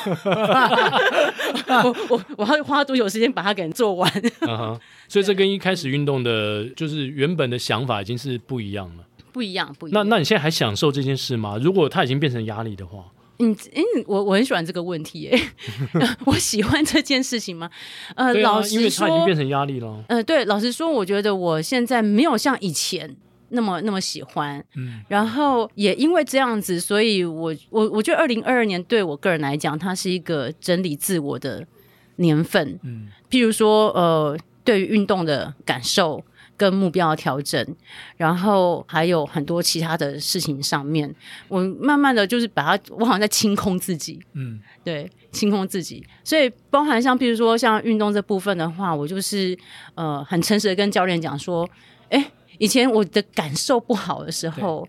Speaker 3: 我我我要花多久时间把它给做完？
Speaker 1: 嗯哼，所以这跟一开始运动的，就是原本的想法已经是不一样了。
Speaker 3: 不一样，不一
Speaker 1: 那
Speaker 3: 样。
Speaker 1: 那你现在还享受这件事吗？如果它已经变成压力的话，
Speaker 3: 你哎，我我很喜欢这个问题耶， 我喜欢这件事情吗？呃，
Speaker 1: 对啊
Speaker 3: 老，实说，
Speaker 1: 因为它已经变成压力了。
Speaker 3: 呃，对，老实说，我觉得我现在没有像以前那么那么喜欢，
Speaker 2: 嗯，
Speaker 3: 然后也因为这样子，所以我我我觉得二零二二年对我个人来讲，它是一个整理自我的年份，
Speaker 2: 嗯，
Speaker 3: 譬如说呃，对于运动的感受。跟目标的调整，然后还有很多其他的事情上面，我慢慢的就是把它，我好像在清空自己，
Speaker 2: 嗯，
Speaker 3: 对，清空自己。所以包含像比如说像运动这部分的话，我就是呃很诚实的跟教练讲说，哎，以前我的感受不好的时候，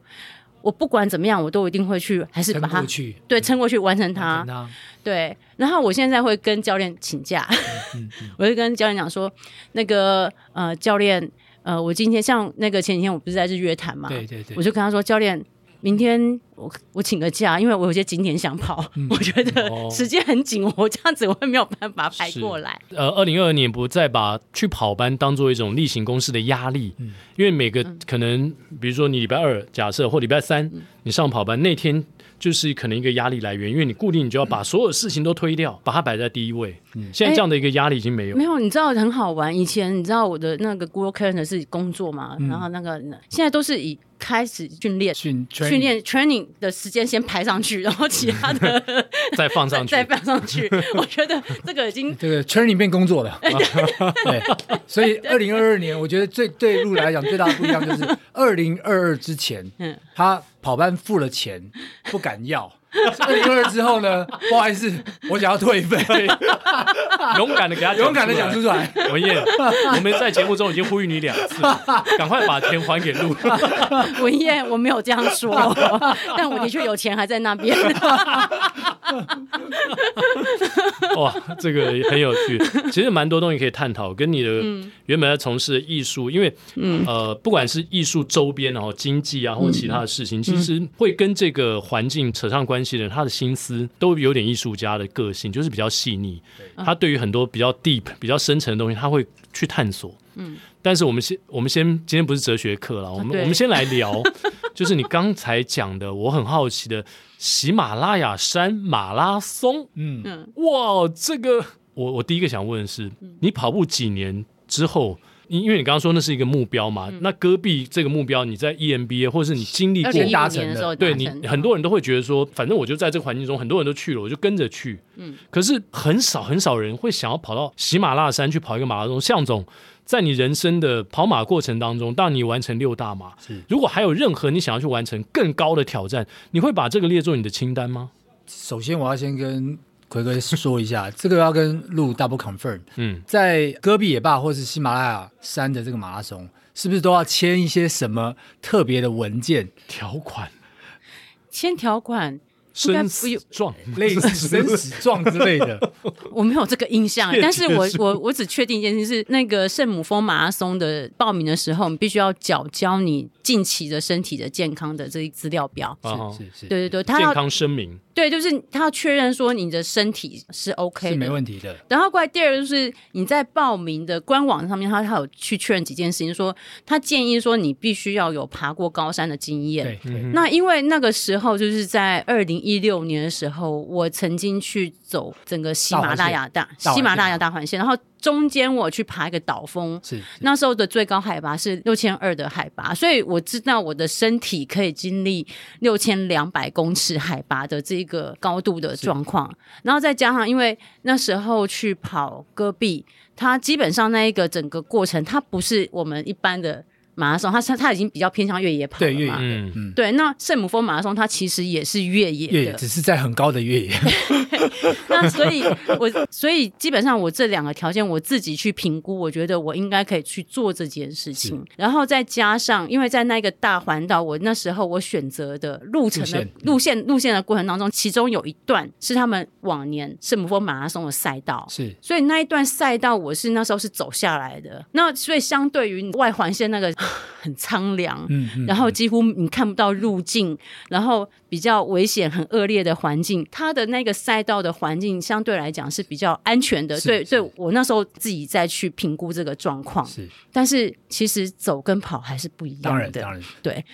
Speaker 3: 我不管怎么样，我都一定会去，还是啊
Speaker 2: 撑
Speaker 3: 把它
Speaker 2: 过去，
Speaker 3: 对撑过去完成它。
Speaker 2: 完成它，
Speaker 3: 对，然后我现在会跟教练请假，
Speaker 2: 嗯
Speaker 3: 我就跟教练讲说，那个呃教练呃我今天像那个前几天我不是在日月潭嘛，
Speaker 2: 对对对
Speaker 3: 我，就跟他说教练。明天我我请个假，因为我有些景点想跑， 我觉
Speaker 1: 哦
Speaker 3: 得时间很紧，我这样子我会没有办法排过来。
Speaker 1: 呃，二零二二年不再把去跑班当做一种例行公事的压力，
Speaker 2: 嗯
Speaker 1: 因为每个
Speaker 3: 嗯
Speaker 1: 可能，比如说你礼拜二假设或礼拜三、你上跑班那天，就是可能一个压力来源，因为你固定你就要把所有事情都推掉，把它摆在第一位。
Speaker 2: 嗯
Speaker 1: 现在这样的一个压力已经没有。
Speaker 3: 没有，你知道很好玩。以前你知道我的那个 Google Calendar 是工作嘛，
Speaker 1: 嗯
Speaker 3: 然后那个现在都是以开始训练、
Speaker 2: 训
Speaker 3: 训，练 training 的时间先排上去，然后其他的
Speaker 1: 再放 上去
Speaker 3: 再，放上 去。我觉得这个已经
Speaker 2: 这个 training 变工 作了，啊对，所以二零二二年我觉得最对路来讲最大的不一样 就是二零二二之前，
Speaker 3: 嗯
Speaker 2: 他跑班付了钱，不敢要。二零二二之后呢，不好意思，我想要退费，
Speaker 1: 勇敢的给他出来
Speaker 2: 勇敢的讲出来。
Speaker 1: 文燕，我们在节目中已经呼吁你两次，赶快把钱还给路。
Speaker 3: 文燕，我没有这样 说，但我的确有钱还在那边。
Speaker 1: 哇，这个很有趣，其实蛮多东西可以探讨，跟你的原本在从事的艺术，因为、呃，不管是艺术周边，然后经济啊，或其他的事情，其实会跟这个环境扯上关系的人，他的心思都有点艺术家的个性，就是比较细腻。他对于很多比较 deep、比较深层的东西，他会去探索。嗯，但是我们先，我们先，今天不是哲学课了，我们
Speaker 3: 对
Speaker 1: 我们先来聊， 就是你刚才讲的，我很好奇的喜马拉雅山马拉松。
Speaker 2: 嗯，
Speaker 1: 哇，这个我我第一个想问的是，
Speaker 3: 嗯
Speaker 1: 你跑步几年之后？因因为你刚刚说那是一个目标嘛，
Speaker 3: 嗯
Speaker 1: 那戈壁这个目标，你在 E EMBA 或者是你经历过
Speaker 3: 二，零一
Speaker 2: 达
Speaker 3: 五
Speaker 2: 成
Speaker 3: 年的
Speaker 2: 了
Speaker 3: 时候达
Speaker 1: 对
Speaker 3: 成
Speaker 1: 你
Speaker 3: 的，
Speaker 1: 很多人都会觉得说，反正我就在这个环境中，很多人都去了，我就跟着去。嗯，可是很少很少人会想要跑到喜马拉雅山去跑一个马拉松。向总，在你人生的跑马过程当中，当你完成六大马
Speaker 2: 是，
Speaker 1: 如果还有任何你想要去完成更高的挑战，你会把这个列作你的清单吗？
Speaker 2: 首先我要先跟奎哥说一下， 这个要跟路 double confirm，
Speaker 1: 嗯，
Speaker 2: 在戈壁也罢，或是喜马拉雅山的这个马拉松，是不是都要签一些什么特别的文件，
Speaker 1: 条款、
Speaker 3: 签条款，应该
Speaker 1: 生
Speaker 3: 不
Speaker 1: 死
Speaker 3: 有
Speaker 1: 状
Speaker 2: 类似生死状之类 的？
Speaker 3: 我没有这个印象，但是我
Speaker 1: 确实
Speaker 3: 我我只确定一件事是，那个圣母峰马拉松的报名的时候，你必须要缴交你近期的身体的健康的这一资料表。
Speaker 1: 啊哈
Speaker 2: 是是是，
Speaker 3: 对对对，他
Speaker 1: 健
Speaker 3: 要
Speaker 1: 康声明，
Speaker 3: 对，就是他要确认说你的身体是 OK
Speaker 2: 是
Speaker 3: 的，
Speaker 2: 没问题的。
Speaker 3: 然后过来第二个就是你在报名的官网上面，他他有去确认几件事情，说他建议说你必须要有爬过高山的经验。
Speaker 2: 对，对
Speaker 1: 嗯
Speaker 3: 那因为那个时候就是在二零一六年的时候，我曾经去走整个喜马拉雅大
Speaker 2: 大环线
Speaker 3: 喜马拉雅大环线，然后中间我去爬一个岛峰，
Speaker 2: 是是
Speaker 3: 那时候的最高海拔是六千二的海拔，所以我知道我的身体可以经历六千两百公尺海拔的这个高度的状况。然后再加上，因为那时候去跑戈壁，它基本上那一个整个过程，它不是我们一般的马拉松，它它它已经比较偏向越野跑了
Speaker 2: 对越
Speaker 3: 嘛。
Speaker 2: 野
Speaker 1: 嗯，
Speaker 3: 对，那圣母峰马拉松它其实也是越野的，
Speaker 2: 越野只是在很高的越野，
Speaker 3: 那所以我，所以基本上我这两个条件我自己去评估，我觉得我应该可以去做这件事情。然后再加上，因为在那个大环岛，我那时候我选择的路程的路线路线的过程当中，其中有一段是他们往年圣母峰马拉松的赛道。
Speaker 2: 是
Speaker 3: 所以那一段赛道，我是那时候是走下来的。那所以相对于外环线那个 很苍凉，
Speaker 2: 嗯嗯，
Speaker 3: 然后几乎你看不到路径，然后比较危险、很恶劣的环境，它的那个赛道的环境相对来讲是比较安全的。
Speaker 2: 是
Speaker 3: 对，
Speaker 2: 是
Speaker 3: 对我那时候自己再去评估这个状况，
Speaker 2: 是
Speaker 3: 但是其实走跟跑还是不一样的。
Speaker 2: 当然当然。
Speaker 3: 对，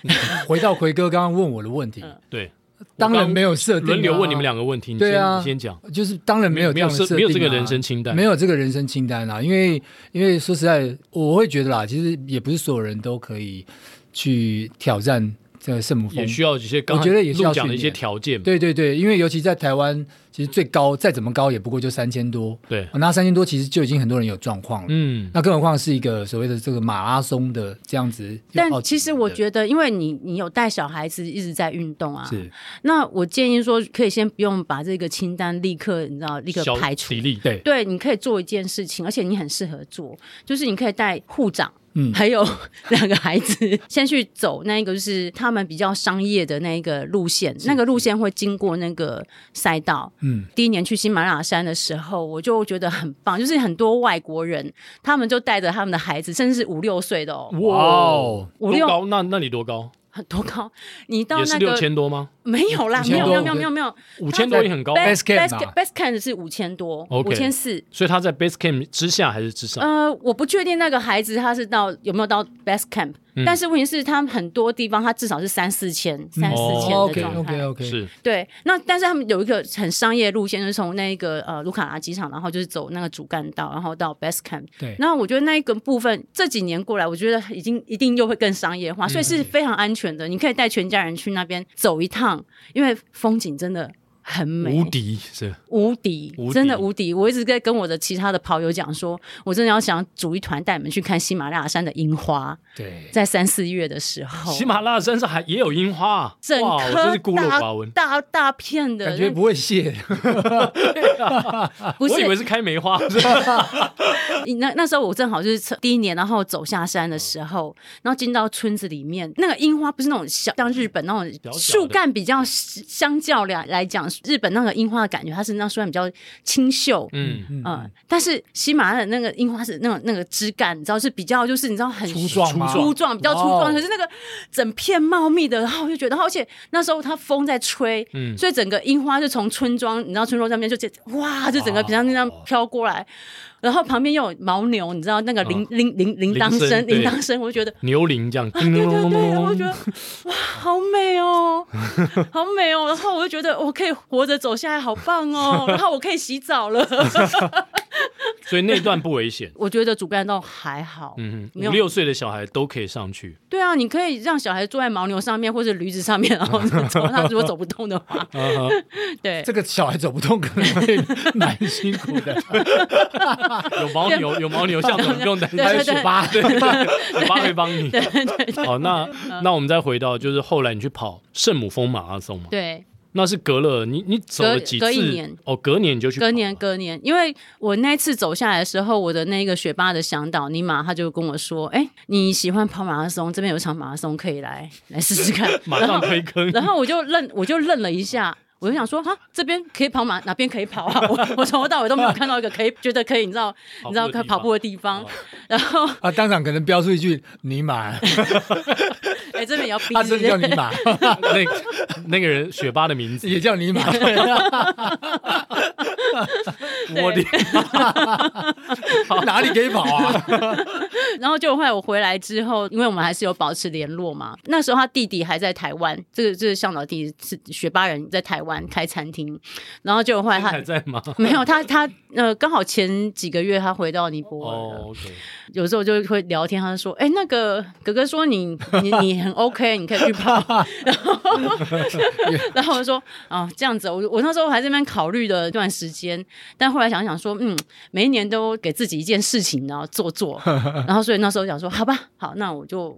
Speaker 2: 回到奎哥刚刚问我的问题，
Speaker 3: 嗯
Speaker 1: 对，
Speaker 2: 当然没有设定啊
Speaker 1: 轮流问你们两个问题，你
Speaker 2: 对啊
Speaker 1: 先你先讲，
Speaker 2: 就是当然没有
Speaker 1: 没
Speaker 2: 这
Speaker 1: 有
Speaker 2: 样的设
Speaker 1: 设
Speaker 2: 定、啊、
Speaker 1: 没有这个人生清单，
Speaker 2: 没有这个人生清单啊，因为因为说实在，我会觉得啦，其实也不是所有人都可以去挑战这个圣母峰
Speaker 1: 也。需要一些刚
Speaker 2: 我觉得也是要
Speaker 1: 录讲的一
Speaker 2: 训
Speaker 1: 些
Speaker 2: 练
Speaker 1: 条件嘛，
Speaker 2: 对对对，因为尤其在台湾，其实最高再怎么高也不过就三千多，
Speaker 1: 对，
Speaker 2: 那三千多其实就已经很多人有状况了。
Speaker 1: 嗯，
Speaker 2: 那更何况是一个所谓的这个马拉松的这样子。
Speaker 3: 但
Speaker 2: 又奥体
Speaker 3: 其实我
Speaker 2: 的
Speaker 3: 觉得，因为你你有带小孩子一直在运动啊，
Speaker 2: 是
Speaker 3: 那我建议说可以先不用把这个清单立刻你知道立刻
Speaker 1: 小
Speaker 3: 排除
Speaker 1: 体，力，
Speaker 2: 对，
Speaker 3: 对，你可以做一件事情，而且你很适合做，就是你可以带护长，
Speaker 2: 嗯
Speaker 3: 还有 两个孩子，先去走那个就是他们比较商业的那个路线，那个路线会经过那个赛道。
Speaker 2: 嗯，
Speaker 3: 第一年去喜马拉雅山的时候，我就觉得很棒，就是很多外国人，他们就带着他们的孩子，甚至是五六岁的哦，
Speaker 2: 哇哦，
Speaker 3: 五
Speaker 1: 多
Speaker 3: 六
Speaker 1: 高？那那里多高？
Speaker 3: 很多高，你到
Speaker 1: 也
Speaker 3: 那
Speaker 1: 是六
Speaker 3: 个
Speaker 1: 千多吗？
Speaker 3: 没有啦，
Speaker 2: 五
Speaker 3: 没
Speaker 2: 千
Speaker 3: 有
Speaker 2: 多
Speaker 3: 没有没有没有没有
Speaker 1: 五千多也很高，
Speaker 2: 在 Base camp 嘛
Speaker 3: best camp 是五千多，
Speaker 1: OK
Speaker 3: 五千四，
Speaker 1: 所以他在 base camp 之下还是之上？
Speaker 3: 呃，我不确定那个孩子他是到有没有到 best camp，、但
Speaker 1: 嗯
Speaker 3: 是问题是他们很多地方他至少是三四千、三四
Speaker 1: 哦
Speaker 3: 千的
Speaker 2: ，OK
Speaker 3: 状态。
Speaker 2: OK OK，
Speaker 1: 是
Speaker 3: 对，那但是他们有一个很商业路线，就是从那个呃卢卡拉机场，然后就是走那个主干道，然后到 best camp。
Speaker 2: 对
Speaker 3: 那我觉得那一个部分这几年过来，我觉得已经一定又会更商业化，
Speaker 1: 嗯
Speaker 3: 所以是非常安全的。你可以带全家人去那边走一趟，因为风景真的很美，
Speaker 1: 无敌是
Speaker 3: 无敌，
Speaker 1: 无敌
Speaker 3: 真的无敌！我一直在跟我的其他的跑友讲说，我真的要想组一团带你们去看喜马拉雅山的樱花，
Speaker 2: 对，
Speaker 3: 在三四月的时候，
Speaker 1: 喜马拉雅山上还也有樱花啊，
Speaker 3: 整
Speaker 1: 哇，我真
Speaker 3: 颗
Speaker 1: 是孤陋寡闻，
Speaker 3: 大大大片的，
Speaker 2: 感觉不会谢。
Speaker 3: 不
Speaker 1: 我以为
Speaker 3: 是
Speaker 1: 是开梅花，
Speaker 3: 那那时候我正好就是第一年，然后走下山的时候，然后进到村子里面，那个樱花不是那种小，像日本那
Speaker 1: 小
Speaker 3: 种
Speaker 1: 的
Speaker 3: 树干比较相较来来讲，日本那个樱花的感觉，它是那虽然比较清秀，
Speaker 1: 嗯，
Speaker 2: 嗯
Speaker 3: 嗯，但是喜马拉雅那个樱花是那种那个枝干，你知道是比较就是你知道很
Speaker 2: 粗壮吗
Speaker 3: 粗壮比较粗壮，
Speaker 2: 哇哦
Speaker 3: 可是那个整片茂密的，然后我就觉得，然后而且那时候它风在吹，
Speaker 1: 嗯
Speaker 3: 所以整个樱花就从村庄，你知道村庄上面就这哇，就整个比较那样飘过来，然后旁边又有牦牛，你知道那个铃
Speaker 2: 嗯
Speaker 3: 铃铃铃铛
Speaker 1: 铃声
Speaker 3: 声
Speaker 1: 对
Speaker 3: 铃铛声，我就觉得啊
Speaker 1: 牛铃这样，叮
Speaker 3: 对
Speaker 1: 咚
Speaker 3: 对
Speaker 1: 咚
Speaker 3: 对，
Speaker 1: 咚
Speaker 3: 我觉
Speaker 1: 咚
Speaker 3: 得哇，好美哦，好美哦。然后我就觉得我可以活着走下来，好棒哦。然后我可以洗澡了。。
Speaker 1: 所以那段不危险
Speaker 3: 我觉得主干道还好，
Speaker 1: 嗯
Speaker 3: 没
Speaker 1: 哼，
Speaker 3: 有
Speaker 1: 五六岁的小孩都可以上 去，
Speaker 3: 对啊，你可以让小孩坐在牦牛上面或者驴子上面，然后 走。他如果走不动的话，对
Speaker 2: 这。个小孩走不动，可能会蛮辛苦的。
Speaker 1: 有牦牛，有牦牛，像我不用担心，
Speaker 3: 对对对
Speaker 1: 十八，对，十八会帮你。好，那
Speaker 3: 嗯
Speaker 1: 那我们再回到，就是后来你去跑圣母峰马拉松嘛，
Speaker 3: 对，
Speaker 1: 那是隔了你你走了几次？
Speaker 3: 隔隔一年
Speaker 1: 哦，隔年你就去跑
Speaker 3: 隔
Speaker 1: 了，
Speaker 3: 年隔年，因为我那次走下来的时候，我的那个学霸的向导尼玛他就跟我说：“哎、你喜欢跑马拉松，这边有一场马拉松可以来来试试看。”
Speaker 1: 马
Speaker 3: 然
Speaker 1: 上
Speaker 3: 后
Speaker 1: 推坑，
Speaker 3: 然后我就愣，我就愣了一下，我就想说，哈，这边可以跑马，哪边可以跑啊？我 我从头到尾都没有看到一个可以觉得可以，你知道，你知道可以跑步的地方。然后，
Speaker 2: 啊，当场可能标出一句“尼玛
Speaker 3: 哎、这边也要”，逼
Speaker 2: 他真的
Speaker 3: 是不是
Speaker 2: 叫尼玛，
Speaker 1: 那 那个人雪巴的名字
Speaker 2: 也叫尼玛。
Speaker 1: 我的
Speaker 2: 哪里可以跑啊？
Speaker 3: 然后就后来我回来之后，因为我们还是有保持联络嘛。那时候他弟弟还在台湾，这个这个向导弟弟是学巴人，在台湾开餐厅。然后就后来 他
Speaker 1: 还在 吗？
Speaker 3: 没有他他呃，刚好前几个月他回到尼泊尔了。
Speaker 1: 哦，OK，
Speaker 3: 有时候就会聊天，他就说：“哎、那个哥哥说你你你很 OK，你可以去 跑。”然后 然后我就说：“哦，这样子。我”我那时候还在那边考虑了一段时间，但后来想想说，嗯，每一年都给自己一件事情，然后 做做，然后所以那时候想说，好吧，好，那我就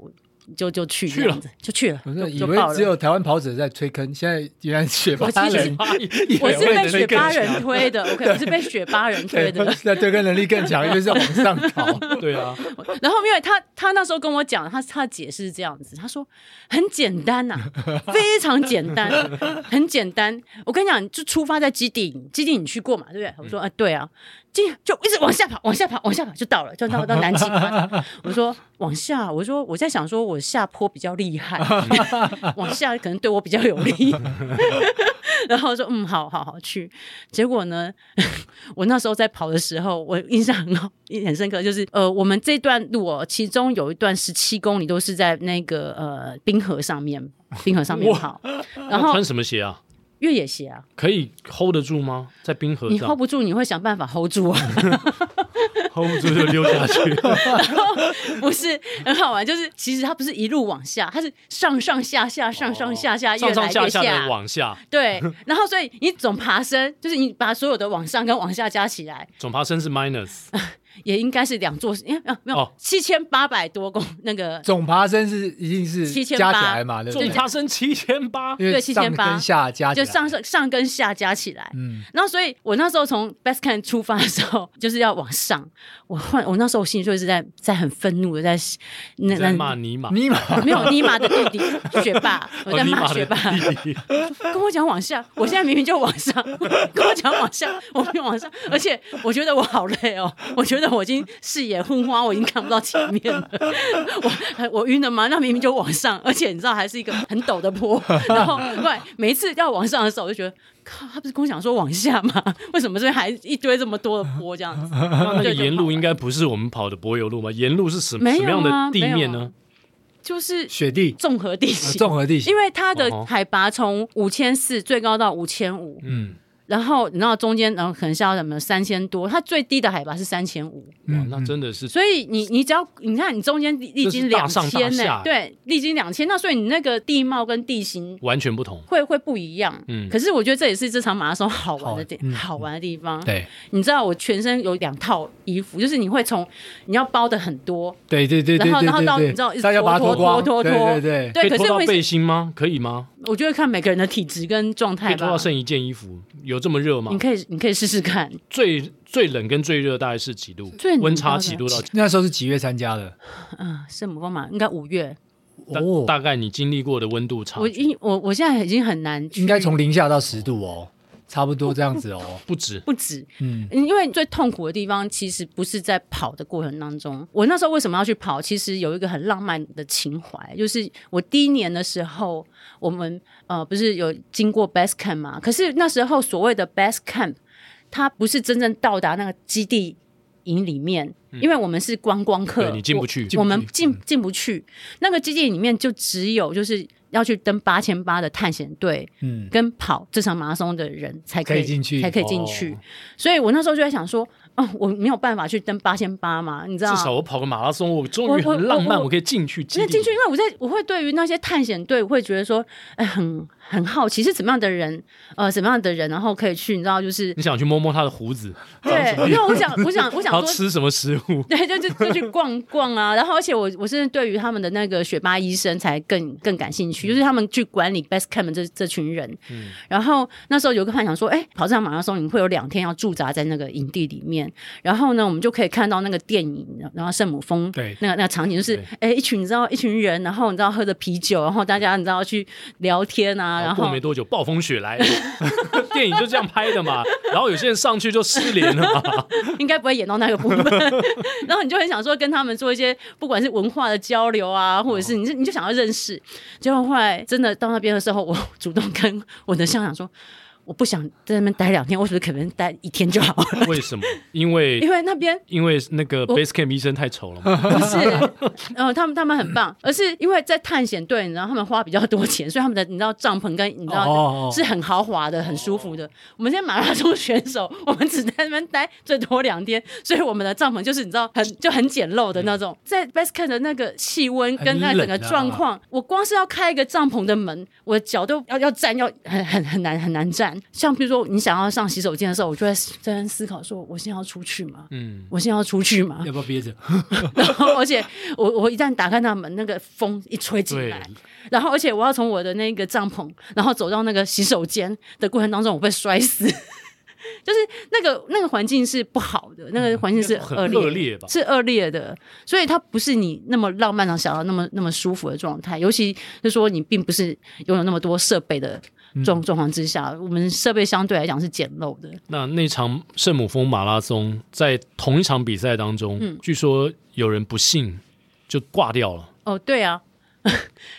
Speaker 3: 就就去
Speaker 1: 去
Speaker 3: 这样子，就去了，
Speaker 2: 我
Speaker 3: 就
Speaker 2: 是以
Speaker 3: 就
Speaker 2: 为
Speaker 3: 报了
Speaker 2: 只。有台湾跑者在推坑，现在原来雪巴
Speaker 3: 我其实
Speaker 2: 人
Speaker 3: 我是被雪巴
Speaker 2: 也会
Speaker 3: 人推的，OK，我是被雪巴人推
Speaker 2: 对
Speaker 3: 的。
Speaker 2: 那推坑能力更强，因为是往上跑。
Speaker 1: 对 啊，
Speaker 3: 然后因为他他那时候跟我讲，他他解释是这样子，他说很简单呐、非常简单，很简单。我跟你讲，就出发在基地营，基地营你去过嘛，对不对？我说啊、对啊，就就一直往下跑，往下跑，往下跑就到了，就到到南极湾。我说往下，我说我在想说我下坡比较厉害，往下可能对我比较有利。然后说嗯，好好好去。结果呢， 我那时候在跑的时候，我印象很好，印象很深刻，就是呃，我们这段路哦，其中有一段十七公里都是在那个呃冰河上面，冰河上面跑，然后
Speaker 1: 穿什么鞋啊？
Speaker 3: 越野鞋啊，
Speaker 1: 可以 hold 得住吗？在冰河
Speaker 3: 你
Speaker 1: 上
Speaker 3: hold 不住，你会想办法 hold 住啊，
Speaker 1: hold 不住就溜下去，
Speaker 3: 不是很好玩，就是其实它不是一路往下，它是上上下下上上下下越
Speaker 1: 上
Speaker 3: 来
Speaker 1: 哦上
Speaker 3: 越
Speaker 1: 下下的往下，
Speaker 3: 对，然后所以你总爬升，就是你把所有的往上跟往下加起来，
Speaker 1: 总爬升是 minus，
Speaker 3: 也应该是两座，因为没有
Speaker 1: 哦
Speaker 3: 七千八百多公那个
Speaker 2: 总爬升是一定是
Speaker 3: 7800
Speaker 2: 加起来嘛，对不
Speaker 1: 总
Speaker 2: 对？
Speaker 1: 爬升七千八，
Speaker 2: 因为
Speaker 3: 对
Speaker 2: 上
Speaker 3: 7800
Speaker 2: 跟下加起
Speaker 3: 就
Speaker 2: 来
Speaker 3: 上上上跟下加起来。
Speaker 2: 嗯，
Speaker 3: 然后，所以我那时候从 Best Can 出发的时候，就是要往上。我换我那时候我心里就是在在很愤怒的在那
Speaker 1: 在
Speaker 3: 那
Speaker 1: 骂尼玛，
Speaker 2: 尼玛，
Speaker 3: 没有尼玛的弟弟 学霸，我在
Speaker 1: 尼
Speaker 3: 骂
Speaker 1: 玛
Speaker 3: 学
Speaker 1: 的
Speaker 3: 霸，
Speaker 1: 弟弟，
Speaker 3: 跟我讲往下，我现在明明就往上， 跟我讲往下，我没有往上，而且我觉得我好累哦，我觉得我已经视野昏花，我已经看不到前面了，我 我晕了吗？那明明就往上，而且你知道还是一个很陡的坡，然后对，每一次要往上的时候，我就觉得。靠，他不是跟我讲说往下吗？ 为什么这边还一堆这么多的坡这样 子？
Speaker 1: 那那个
Speaker 3: 对就
Speaker 1: 沿
Speaker 3: 跑
Speaker 1: 路应该不是我们跑的柏油路吗？沿路是什么
Speaker 3: 没
Speaker 1: 什
Speaker 3: 有啊
Speaker 1: 么样的地面
Speaker 3: 没有
Speaker 1: 呢？
Speaker 3: 就是
Speaker 2: 雪地
Speaker 3: 综合地形，
Speaker 2: 综合地形
Speaker 3: 因，为它
Speaker 1: 呃哦
Speaker 3: 的海拔从五千四最高到五千五，
Speaker 1: 嗯，
Speaker 3: 然后你知道中间，然呃后可能下到什么三千多，它最低的海拔是三千五，
Speaker 1: 哇，
Speaker 2: 嗯
Speaker 1: 那真的是
Speaker 3: 所以你你只要你看你中间历历经
Speaker 1: 这是
Speaker 3: 两
Speaker 1: 大上大
Speaker 3: 千呢、
Speaker 1: 下
Speaker 3: 对，历经两千，那所以你那个地貌跟地形
Speaker 1: 完全不同。
Speaker 3: 会会不一样。
Speaker 1: 嗯
Speaker 3: 可是我觉得这也是这场马拉松好玩的点，
Speaker 2: 好嗯
Speaker 3: 好玩的地方。
Speaker 2: 对
Speaker 3: 你知道我全身有两套衣服，就是你会从你要包的很多，
Speaker 2: 对对对对
Speaker 3: 然后然后到
Speaker 2: 对
Speaker 3: 你知道一
Speaker 2: 对，
Speaker 3: 直
Speaker 2: 大家把它脱
Speaker 3: 脱脱
Speaker 2: 光，
Speaker 3: 脱脱
Speaker 2: 对
Speaker 3: 脱
Speaker 2: 对
Speaker 1: 可
Speaker 2: 对，
Speaker 3: 对，
Speaker 1: 以
Speaker 3: 可
Speaker 1: 脱
Speaker 3: 是
Speaker 1: 到
Speaker 3: 会
Speaker 1: 背心吗？可以吗？
Speaker 3: 我就会看每个人的体质跟状
Speaker 1: 可
Speaker 3: 态
Speaker 1: 以脱到
Speaker 3: 吧。
Speaker 1: 剩一件衣服，有这么热吗
Speaker 3: 你？可以你可以试试看，
Speaker 1: 最最冷跟最热大概是几度
Speaker 3: 最？冷
Speaker 1: 温差几度到？
Speaker 2: 那时候是几月参加的？
Speaker 3: 嗯，圣母峰嘛，应该五月。
Speaker 2: 哦，
Speaker 1: 大大概你经历过的温度差
Speaker 3: 我
Speaker 1: 距
Speaker 3: 应我我现在已经很难去，
Speaker 2: 应该从零下到十度哦，差不多这样子 哦。
Speaker 1: 不止，
Speaker 3: 不止，
Speaker 2: 嗯，
Speaker 3: 因为最痛苦的地方其实不是在跑的过程当中。我那时候为什么要去跑？其实有一个很浪漫的情怀，就是我第一年的时候，我们呃不是有经过 base camp 嘛？可是那时候所谓的 base camp，它不是真正到达那个基地营里面，因为我们是观光客，
Speaker 1: 对你进不去
Speaker 3: 我我们进进不去。那个基地里面就只有就是要去登八千八的探险队，
Speaker 2: 嗯
Speaker 3: 跟跑这场马拉松的人才
Speaker 2: 可以进去
Speaker 3: 才可以进去。
Speaker 1: 哦
Speaker 3: 所以我那时候就在想说，哦，我没有办法去登八千八嘛，你
Speaker 1: 至
Speaker 3: 知道。
Speaker 1: 少我跑个马拉松，我终于
Speaker 3: 我我
Speaker 1: 很浪漫，
Speaker 3: 我
Speaker 1: 我可以进去。
Speaker 3: 因为进去，
Speaker 1: 基
Speaker 3: 因
Speaker 1: 地
Speaker 3: 为我在我会对于那些探险队，我会觉得说，哎，很很好奇是怎么样的人，呃，怎么样的人，然后可以去，你知道，就是
Speaker 1: 你想去摸摸他的胡子，
Speaker 3: 对，因为我想，我想，我想
Speaker 1: 然后
Speaker 3: 说，
Speaker 1: 吃什么食物？
Speaker 3: 对，就就就去逛逛啊。然后，而且我我是对于他们的那个学霸医生才更更感兴趣，就是他们去管理 Best Camp 这这群人。
Speaker 1: 嗯
Speaker 3: 然后那时候有个幻想说，哎，跑这场马拉松，你会有两天要驻扎在那个营地里面。然后呢，我们就可以看到那个电影，然后圣母峰
Speaker 2: 对
Speaker 3: 那个那个场景，就是
Speaker 1: 对
Speaker 3: 哎一群你知道一群人，然后你知道喝着啤酒，然后大家你知道去聊天啊，然
Speaker 1: 哦过
Speaker 3: 后
Speaker 1: 没多久，暴风雪来了， 电影就这样拍的嘛。然后有些人上去就失联了嘛。
Speaker 3: 应该不会演到那个部分。然后你就很想说跟他们做一些，不管是文化的交流啊，或者是你就你 就想要认识。结果后来真的到那边的时候，我主动跟我的校长说。我不想在那边待两天，我只是可能待一天就好 了，
Speaker 1: 为什么？因为
Speaker 3: 因为那边
Speaker 1: 因为那个
Speaker 3: 我
Speaker 1: base camp 医生太丑了 嘛，
Speaker 3: 不是，呃，他们他们很棒，而是因为在探险队，你知道他们花比较多钱，所以他们的你知道帐篷跟你知道、
Speaker 2: 哦哦
Speaker 3: 是很豪华的、很舒服的。我们现在马拉松选手，我们只在那边待最多两天，所以我们的帐篷就是你知道很就很简陋的那种。在 base camp 的那个气温跟那整个
Speaker 2: 嗯很冷啊
Speaker 3: 状况，我光是要开一个帐篷的门，我的脚都要要站，要很很很难很难站。像比如说你想要上洗手间的时候，我就在在那边思考说，我现在要出去吗？
Speaker 1: 嗯，
Speaker 3: 我现在要出去吗？
Speaker 2: 要不要憋着？
Speaker 3: 然后而且我我一旦打开那门，那个风一吹进
Speaker 1: 对
Speaker 3: 来，然后而且我要从我的那个帐篷，然后走到那个洗手间的过程当中，我被摔死。 就是那个那个环境是不好的，那个环境是
Speaker 1: 很
Speaker 3: 恶
Speaker 1: 恶
Speaker 3: 劣
Speaker 1: 劣吧？
Speaker 3: 是恶劣的，所以它不是你那么浪漫上想要那么那么舒服的状态。尤其就是说你并不是拥有那么多设备的
Speaker 1: 嗯
Speaker 3: 状状况之下，我们设备相对来讲是简陋的。
Speaker 1: 那那场圣母峰马拉松，在同一场比赛当中，
Speaker 3: 嗯
Speaker 1: 据说有人不幸就挂掉了。
Speaker 3: 哦，对啊，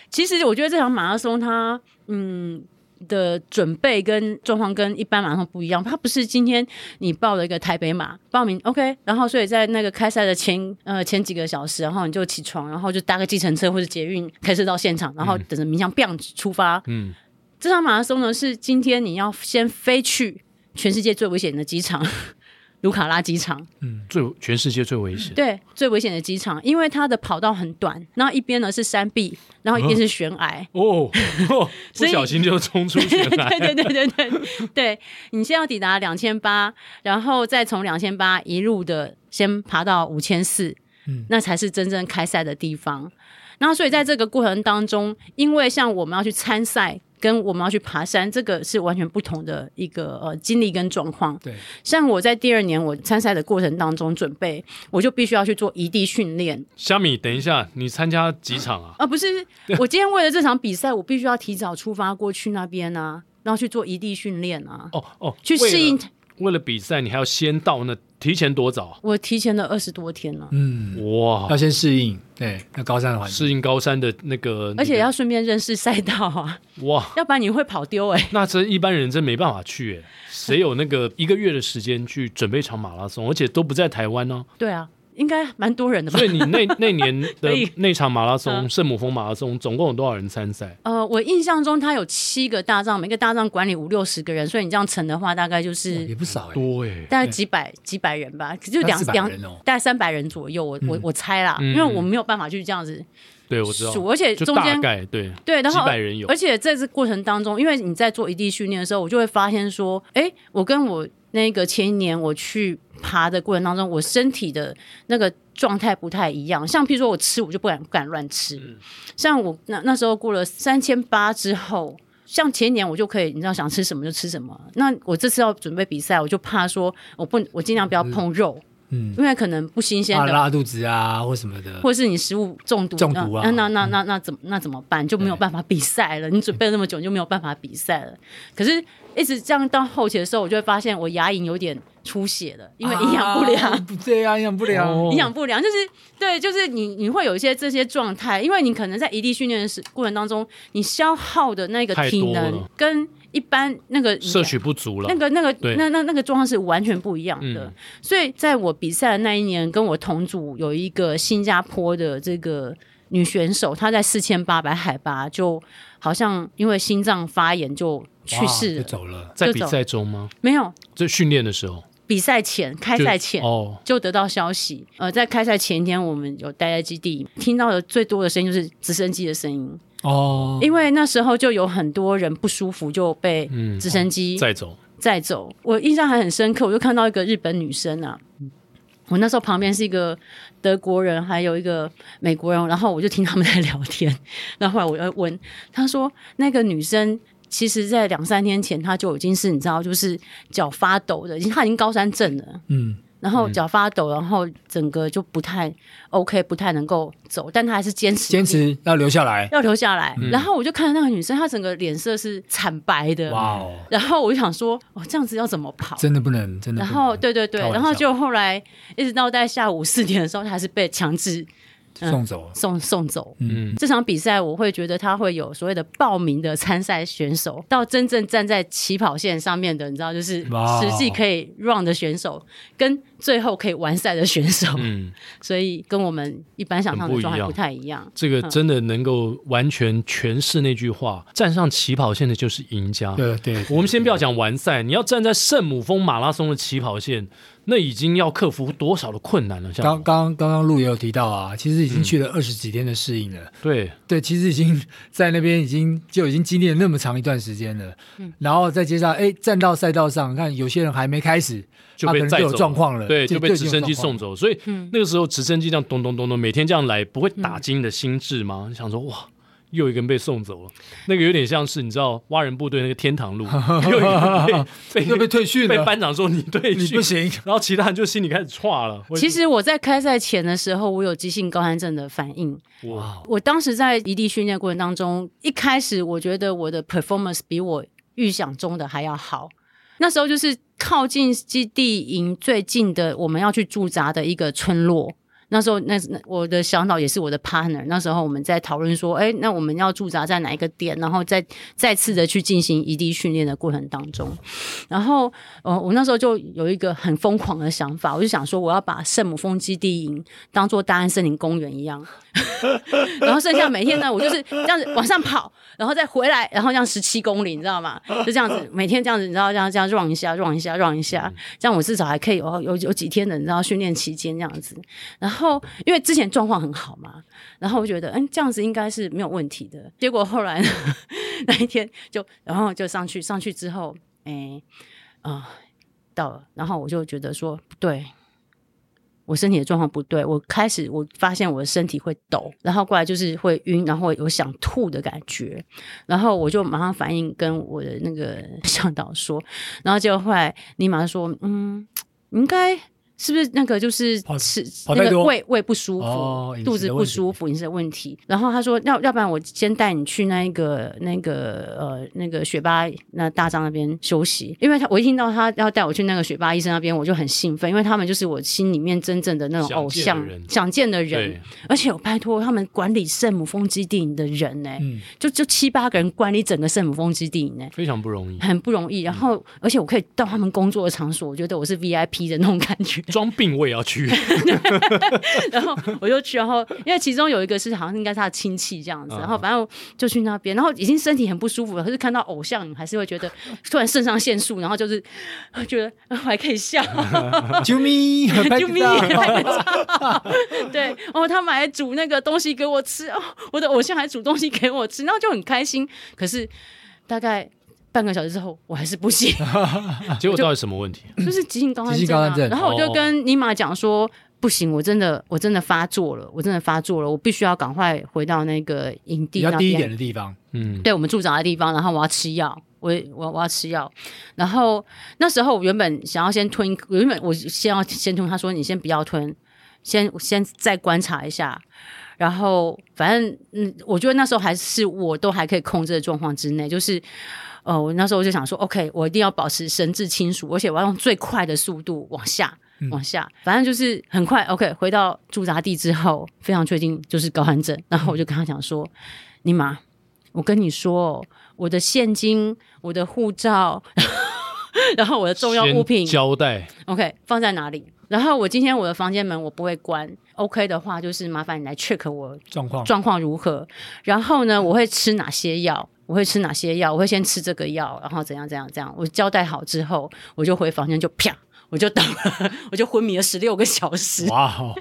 Speaker 3: 其实我觉得这场马拉松它嗯的准备跟状况跟一般马拉松不一样，它不是今天你报了一个台北马报名 OK，然后所以在那个开赛的前呃前几个小时，然后你就起床，然后就搭个计程车或者捷运开车到现场，然后等着鸣枪 biang 出发。
Speaker 1: 嗯，
Speaker 3: 这场马拉松呢是今天你要先飞去全世界最危险的机场——卢卡拉机场，
Speaker 1: 最全世界最危险。
Speaker 3: 对，最危险的机场，因为它的跑道很短，然后一边呢是山壁，然后一边是悬崖。
Speaker 1: 哦，不
Speaker 3: 所以
Speaker 1: 小心就冲 出悬
Speaker 3: 对
Speaker 1: 崖。
Speaker 3: 对对对对，对你先要抵达两千八，然后再从两千八一路的先爬到五千四，那才是真正开赛的地方。然后，所以在这个过程当中，因为像我们要去参赛，跟我们要去爬山，这个是完全不同的一个呃经历跟状况。
Speaker 2: 对，
Speaker 3: 像我在第二年我参赛的过程当中准备，我就必须要去做异地训练，
Speaker 1: 虾米，等一下，你参加几场啊？
Speaker 3: 啊，不是，我今天为了这场比赛，我必须要提早出发过去那边啊，然后去做异地训练啊，
Speaker 1: 哦哦，
Speaker 3: 去
Speaker 1: 为了
Speaker 3: 适应。
Speaker 1: 为了比赛，你还要先到那，提前多早？
Speaker 3: 我提前了二十多天了，
Speaker 2: 嗯，要
Speaker 1: 哇，
Speaker 2: 先适应，对，那高山的环境。
Speaker 1: 适应高山的那个，
Speaker 3: 而且
Speaker 1: 那
Speaker 3: 要顺便认识赛道啊，
Speaker 1: 个哇，
Speaker 3: 要不然你会跑丢哎、
Speaker 1: 那这一般人真没办法去诶，谁有那个一个月的时间去准备一场马拉松，而且都不在台湾呢、
Speaker 3: 对啊，应该蛮多人的吧
Speaker 1: 所？以你 那那年
Speaker 3: 可
Speaker 1: 的
Speaker 3: 以
Speaker 1: 那场马拉
Speaker 3: 嗯
Speaker 1: 松，圣母峰马拉松，总共有多少人参赛？
Speaker 3: 呃，我印象中他有七个大帐，每个大帐管理五六十个人，所以你这样乘的话，大概就
Speaker 2: 哦也
Speaker 3: 是
Speaker 2: 不少哎、
Speaker 1: 多诶，
Speaker 3: 大概几百几百人吧，就
Speaker 2: 那
Speaker 3: 两
Speaker 2: 400
Speaker 3: 两
Speaker 2: 人哦
Speaker 3: 大概三百人左右，我我我猜啦，因为我没有办法去这样子
Speaker 1: 对，嗯我知道，
Speaker 3: 数，而且
Speaker 1: 就
Speaker 3: 中
Speaker 1: 大
Speaker 3: 间
Speaker 1: 概对，
Speaker 3: 对，然后
Speaker 1: 几百人有
Speaker 3: 而且在这过程当中，因为你在做一地训练的时候，我就会发现说，哎，我跟我那个前一年我去爬的过程当中，我身体的那个状态不太一样。像譬如说我吃，我就不敢不敢乱吃。
Speaker 1: 嗯
Speaker 3: 像我那那时候过了三千八之后。像前一年我就可以，你知道想吃什么就吃什么。那我这次要准备比赛，我就怕说我不，我尽量不要碰肉，
Speaker 2: 嗯，
Speaker 3: 因为可能不新鲜
Speaker 2: 怕
Speaker 3: 的
Speaker 2: 拉肚子啊或什么的，
Speaker 3: 或是你食物中毒，
Speaker 2: 中毒啊
Speaker 3: 那那那
Speaker 1: 嗯
Speaker 3: 那那怎么那怎么办？就没有办法比赛了。你准备了那么久，你就没有办法比赛了。可是，一直这样到后期的时候，我就会发现我牙龈有点出血了，因为营养不良。
Speaker 2: 啊不对啊，营养不良，
Speaker 1: 哦
Speaker 3: 营养不良，就是对，就是你你会有一些这些状态，因为你可能在异地训练的时过程当中，你消耗的那个
Speaker 1: 太
Speaker 3: 体
Speaker 1: 多
Speaker 3: 能
Speaker 1: 了
Speaker 3: 跟一般那个
Speaker 1: 摄取不足了
Speaker 3: 那。个那个
Speaker 1: 对
Speaker 3: 那那那个状况是完全不一样的。
Speaker 1: 嗯
Speaker 3: 所以在我比赛的那一年，跟我同组有一个新加坡的这个女选手，她在四千八百海拔就好像因为心脏发炎就去
Speaker 2: 哇
Speaker 3: 世
Speaker 2: 就
Speaker 3: 了，
Speaker 2: 走了，
Speaker 1: 在
Speaker 3: 就
Speaker 1: 比
Speaker 3: 走
Speaker 1: 赛中吗？
Speaker 3: 没有
Speaker 1: 在训练的时候，
Speaker 3: 比赛前开
Speaker 1: 就
Speaker 3: 赛前。
Speaker 1: 哦，
Speaker 3: 就得到消息，呃，在开赛前一天，我们有待在基地，听到的最多的声音就是直升机的声音，
Speaker 2: 哦，
Speaker 3: 因为那时候就有很多人不舒服，就被
Speaker 1: 嗯
Speaker 3: 直升机
Speaker 1: 再走，
Speaker 3: 再走。我印象还很深刻，我就看到一个日本女生啊，我那时候旁边是一个德国人，还有一个美国人，然后我就听他们在聊天， 然后后来我就问他说，那个女生。其实，在两三天前，她就已经是你知道，就是脚发抖的，已经她已经高山症了。
Speaker 2: 嗯，
Speaker 3: 然后脚发抖，然后整个就不太 OK，不太能够走，但她还是坚持
Speaker 2: 坚持嗯要留下来，
Speaker 3: 要留下来。然后我就看到那个女生，她整个脸色是惨白的。
Speaker 2: 哇哦，
Speaker 3: 然后我就想说，哦，这样子要怎么跑？
Speaker 2: 真的不能，真的
Speaker 3: 然
Speaker 2: 不能，
Speaker 3: 后对对对，
Speaker 2: 开玩笑
Speaker 3: 然后就后来一直到在下午四点的时候，他还是被强制
Speaker 2: 送走了。
Speaker 3: 送送走。
Speaker 1: 嗯，
Speaker 3: 这场比赛我会觉得他会有所谓的报名的参赛选手，到真正站在起跑线上面的，你知道，就是
Speaker 2: 哇哦
Speaker 3: 实际可以 run 的选手，跟最后可以完赛的选手，
Speaker 1: 嗯，
Speaker 3: 所以跟我们一般想象
Speaker 1: 很不
Speaker 3: 的
Speaker 1: 一
Speaker 3: 状态
Speaker 1: 样
Speaker 3: 不太一样。
Speaker 1: 这个真的能够完全诠释那句话：站上起跑线的就是赢家。
Speaker 2: 对对，
Speaker 1: 我们先不要讲完赛，你要站在圣母峰马拉松的起跑线，那已经要克服多少的困难了？像
Speaker 2: 刚刚刚刚陆也有提到啊，其实已
Speaker 3: 嗯
Speaker 2: 经去了二十几天的适应了。
Speaker 1: 对，
Speaker 2: 对，其实已经 在那边已经就已经经历了那么长一段时间了，
Speaker 3: 嗯
Speaker 2: 然后再接上哎站到赛道上，看有些人还没开 始，
Speaker 1: 就
Speaker 2: 他
Speaker 1: 被
Speaker 2: 可能
Speaker 1: 载
Speaker 2: 就有
Speaker 1: 走
Speaker 2: 状况了，
Speaker 1: 对，
Speaker 2: 就
Speaker 1: 就被
Speaker 2: 就已
Speaker 1: 直
Speaker 2: 经有
Speaker 1: 升机
Speaker 2: 状况
Speaker 1: 送走。所以那个时候直升机这样咚咚咚咚，每天这样来，不会打击你的心智吗？你想说哇。又一个人被送走了，那个有点像是你知道蛙人部队那个天 堂路，又一个人 被
Speaker 2: 又被
Speaker 1: 被
Speaker 2: 退训
Speaker 1: 被
Speaker 2: 了，
Speaker 1: 班长说你对
Speaker 2: 你不行，
Speaker 1: 然后其他人就心里开始歘了。
Speaker 3: 其实我在开赛前的时候，我有急性高寒症的反应，
Speaker 1: 哇，
Speaker 3: 我当时在异地训练过程当中，一开始我觉得我的 performance 比我预想中的还要好。那时候就是靠近基地营最近的我们要去驻扎的一个村落。那时候那，那我的向导也是我的 partner。那时候我们在讨论说，哎，那我们要驻扎在哪一个点，然后再再次的去进行异地训练的过程当中。然后，呃，我那时候就有一个很疯狂的想法，我就想说，我要把圣母峰基地营当做大安森林公园一样，然后剩下每天呢，我就是这样子往上跑，然后再回来，然后这样十七公里，你知道吗？就这样子，每天这样子，你知道这样这样 run 一下，run 一下，run 一下，这样我至少还可以有有有几天的，你知道训练期间这样子。然后因为之前状况很好嘛，然后我觉得嗯这样子应该是没有问题的。结果后来呢 那一天就然后就上去上去之后，哎啊、到了，然后我就觉得说不对，我身体的状况不对，我开始我发现我的身体会抖，然后过来就是会晕，然后有想吐的感觉，然后我就马上反应跟我的那个 向导说，然后结果后来立马说，嗯，应该是不是那个就是
Speaker 2: 跑
Speaker 3: 吃
Speaker 2: 跑太
Speaker 3: 那个
Speaker 2: 多
Speaker 3: 胃胃不舒服，
Speaker 2: 哦饮
Speaker 3: 肚
Speaker 2: 食
Speaker 3: 子
Speaker 2: 的
Speaker 3: 不
Speaker 2: 问题
Speaker 3: 舒服，饮食的问题。然后他说，要要不然我先带你去那一个那个呃那个雪巴那大张那边休息，因为他我一听到他要带我去那个雪巴医生那边，我就很兴奋，因为他们就是我心里面真正的那种偶
Speaker 1: 想见
Speaker 3: 像
Speaker 1: 的人，
Speaker 3: 想见的人
Speaker 1: 对。，
Speaker 3: 而且我拜托他们管理圣母峰基地的人呢、
Speaker 2: 嗯，
Speaker 3: 就就七八个人管理整个圣母峰基地呢、
Speaker 1: 非常不容易，
Speaker 3: 很不容易。然后，而且我可以到他们工作的场所，我觉得我是 VIP 的那种感觉。
Speaker 1: 装病我也要 去，
Speaker 3: 然后我就去，然后因为其中有一个是好像应该是他的亲戚这样子，
Speaker 1: 嗯
Speaker 3: 然后反正我就去那边，然后已经身体很不舒服了，可是看到偶像，你还是会觉得突然肾上腺素，然后就是会觉得 呃我还可以笑，
Speaker 2: 救 命，
Speaker 3: 救
Speaker 2: 救
Speaker 3: 命！拍个照对，哦，他们还煮那个东西给我吃，哦，我的偶像还煮东西给我吃，然后就很开心。可是大概半个小时之后，我还是不行，
Speaker 1: 结果到底什么问题？
Speaker 3: 就是急性高
Speaker 2: 急
Speaker 3: 汗
Speaker 2: 性
Speaker 3: 症、
Speaker 2: 高
Speaker 3: 啊。
Speaker 2: 汗症
Speaker 3: 然后我就
Speaker 1: 哦
Speaker 3: 跟尼玛讲说。不行，我真的我真的发作了，我真的发作了，我必须要赶快回到那个营
Speaker 2: 比
Speaker 3: 地
Speaker 2: 较
Speaker 3: 那
Speaker 2: 低一
Speaker 3: 边
Speaker 2: 点，的地方，
Speaker 1: 嗯，
Speaker 3: 对我们驻扎的地方，然后我要吃药，我我我要吃药，然后那时候我原本想要先吞，我原本我先要先吞，他说你先不要吞，先先再观察一下，然后反正嗯，我觉得那时候还是我都还可以控制的状况之内，就是。呃，我那时候就想说，OK，我一定要保持神志清楚，而且我要用最快的速度往下，往下，反正就是很快。OK，回到驻扎地之后，非常确定就是高寒症，然后我就跟他讲说，尼玛，我跟你说，哦我的现金、我的护照， 然后我的重要物品
Speaker 1: 先交 代，
Speaker 3: ，OK，放在哪里？然后我今天我的房间门我不会关，OK 的话就是麻烦你来 check 我
Speaker 2: 状况
Speaker 3: 状况如何。然后呢，我会吃哪些药？我会吃哪些药？我会先吃这个药，然后怎样怎样怎样。我交代好之后，我就回房间就啪，我就倒了， 我就昏迷了十六个小时。
Speaker 2: 哇哦，